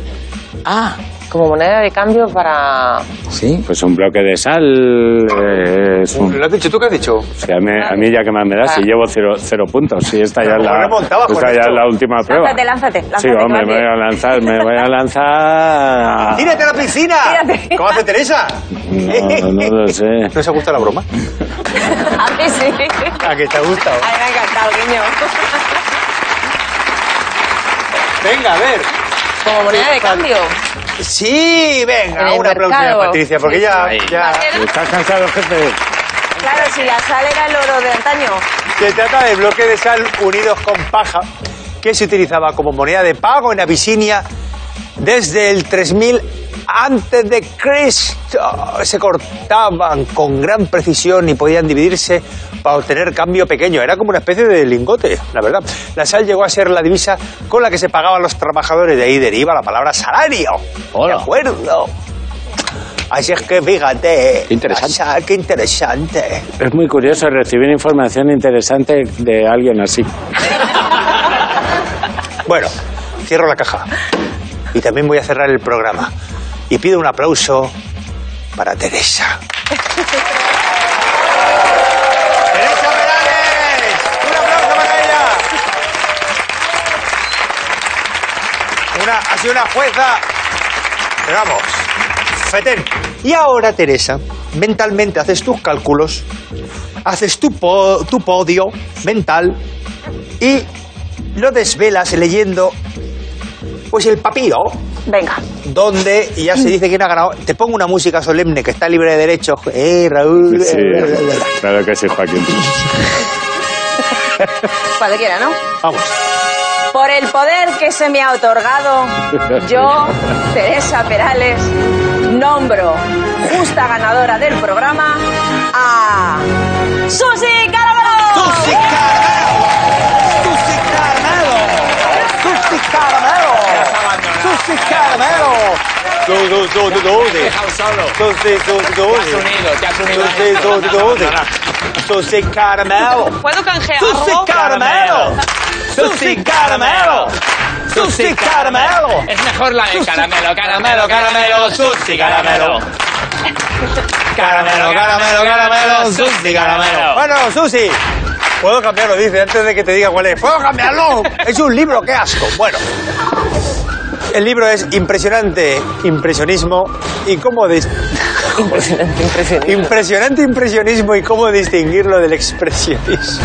Speaker 4: Ah,
Speaker 5: Como moneda de cambio para...
Speaker 4: sí.
Speaker 2: Pues un bloque de sal. eh, es un-
Speaker 1: ¿Lo has dicho tú qué has dicho?
Speaker 2: o sea, a, mí, a mí ya que más me da,
Speaker 6: Ah.
Speaker 2: si llevo cero, cero puntos. Si esta ya es
Speaker 1: Pero
Speaker 2: la,
Speaker 1: remontabas con
Speaker 2: esta ya
Speaker 1: esto.
Speaker 2: es la última prueba.
Speaker 6: Lánzate, lánzate.
Speaker 2: Sí,
Speaker 6: lánzate que
Speaker 2: hombre,
Speaker 6: vas
Speaker 2: me voy
Speaker 6: bien.
Speaker 2: a lanzar, me voy a lanzar.
Speaker 1: ¡Tírate a la piscina!
Speaker 6: Tírate.
Speaker 1: ¿Cómo hace Teresa?
Speaker 2: No, no lo sé.
Speaker 1: ¿No os ha gustado la broma?
Speaker 6: A mí sí.
Speaker 1: ¿A Ah, que te ha gustado?
Speaker 6: A mí me ha encantado, guiño.
Speaker 1: Venga, a ver.
Speaker 5: Como moneda de cambio.
Speaker 1: Sí,
Speaker 5: En
Speaker 1: venga,
Speaker 5: el
Speaker 1: un aplauso a
Speaker 5: mercado.
Speaker 1: Patricia, porque ya,
Speaker 4: Ahí.
Speaker 1: ya
Speaker 2: ¿Estás cansado, jefe?
Speaker 6: Claro, si la sal era el oro de antaño.
Speaker 1: se trata de bloque de sal unidos con paja que se utilizaba como moneda de pago en Abisinia desde el 3000 antes de Cristo. Se cortaban con gran precisión y podían dividirse para obtener cambio pequeño. Era como una especie de lingote, la verdad. La sal llegó a ser la divisa con la que se pagaban los trabajadores. De ahí deriva la palabra salario.
Speaker 4: Hola.
Speaker 1: ¿De acuerdo? Así es que fíjate.
Speaker 4: Qué interesante.
Speaker 1: la sal, qué interesante.
Speaker 2: Es muy curioso recibir información interesante de alguien así.
Speaker 1: Bueno, cierro la caja. Y también voy a cerrar el programa. Y pido un aplauso para Teresa. ¡Teresa Perales! ¡Un aplauso para ella! Una, ha sido una jueza. Pero vamos, fetén. Y ahora, Teresa, mentalmente haces tus cálculos, haces tu, po- tu podio mental y lo desvelas leyendo pues el papiro
Speaker 6: Venga.
Speaker 1: donde y ya se dice quién ha ganado te pongo una música solemne que está libre de derechos eh Raúl
Speaker 2: Sí, claro que sí, Joaquín.
Speaker 6: Cualquiera, ¿no?
Speaker 1: vamos
Speaker 6: Por el poder que se me ha otorgado, yo, Teresa Perales, nombro justa ganadora del programa a Susi Caravalo.
Speaker 1: ¡Tú sí que has ganado! ¡Tú sí que has ganado! ¡Tú sí que has ganado! ¡Tú sí que has ganado! Tú, tú, tú, tú, tú, sí.
Speaker 4: Dejado solo.
Speaker 1: Tú sí, tú, tú, tú,
Speaker 4: Te has
Speaker 1: sí.
Speaker 4: unido, te has
Speaker 1: Tú
Speaker 4: unido.
Speaker 1: sí, tú, tú, tú, sí. Tú sí que has ganado.
Speaker 3: ¿Puedo canjear
Speaker 1: Susi
Speaker 3: algo?
Speaker 1: Caramelo. Susi Caramelo. Susi Caramelo.
Speaker 4: Es mejor la de caramelo, caramelo,
Speaker 1: Caramelo, caramelo, sushi, caramelo. Caramelo, caramelo, caramelo, sushi, caramelo. Bueno, Susi, puedo cambiarlo, dice, antes de que te diga cuál es. ¡Puedo cambiarlo! Es un libro, qué asco. Bueno. El libro es impresionante, impresionismo y cómo dis-
Speaker 5: Impresionante, impresionante.
Speaker 1: impresionante impresionismo y cómo distinguirlo del expresionismo.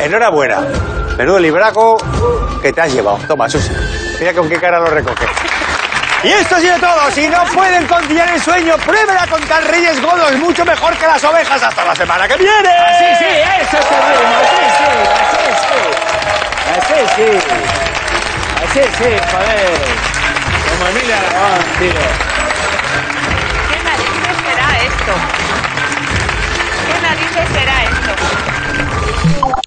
Speaker 1: Enhorabuena. Menudo libraco que te has llevado. Toma, Susi. Mira con qué cara lo recoge. Y esto ha sido todo. Si no pueden conciliar el sueño, pruébela con tal Reyes Godos. Mucho mejor que las ovejas. Hasta la semana que viene.
Speaker 4: sí, eso es terrible.
Speaker 2: Así sí. Así sí, joder. Como Emilia Aragón, tío.
Speaker 3: ¿Qué narices será esto? ¿Qué narices será esto?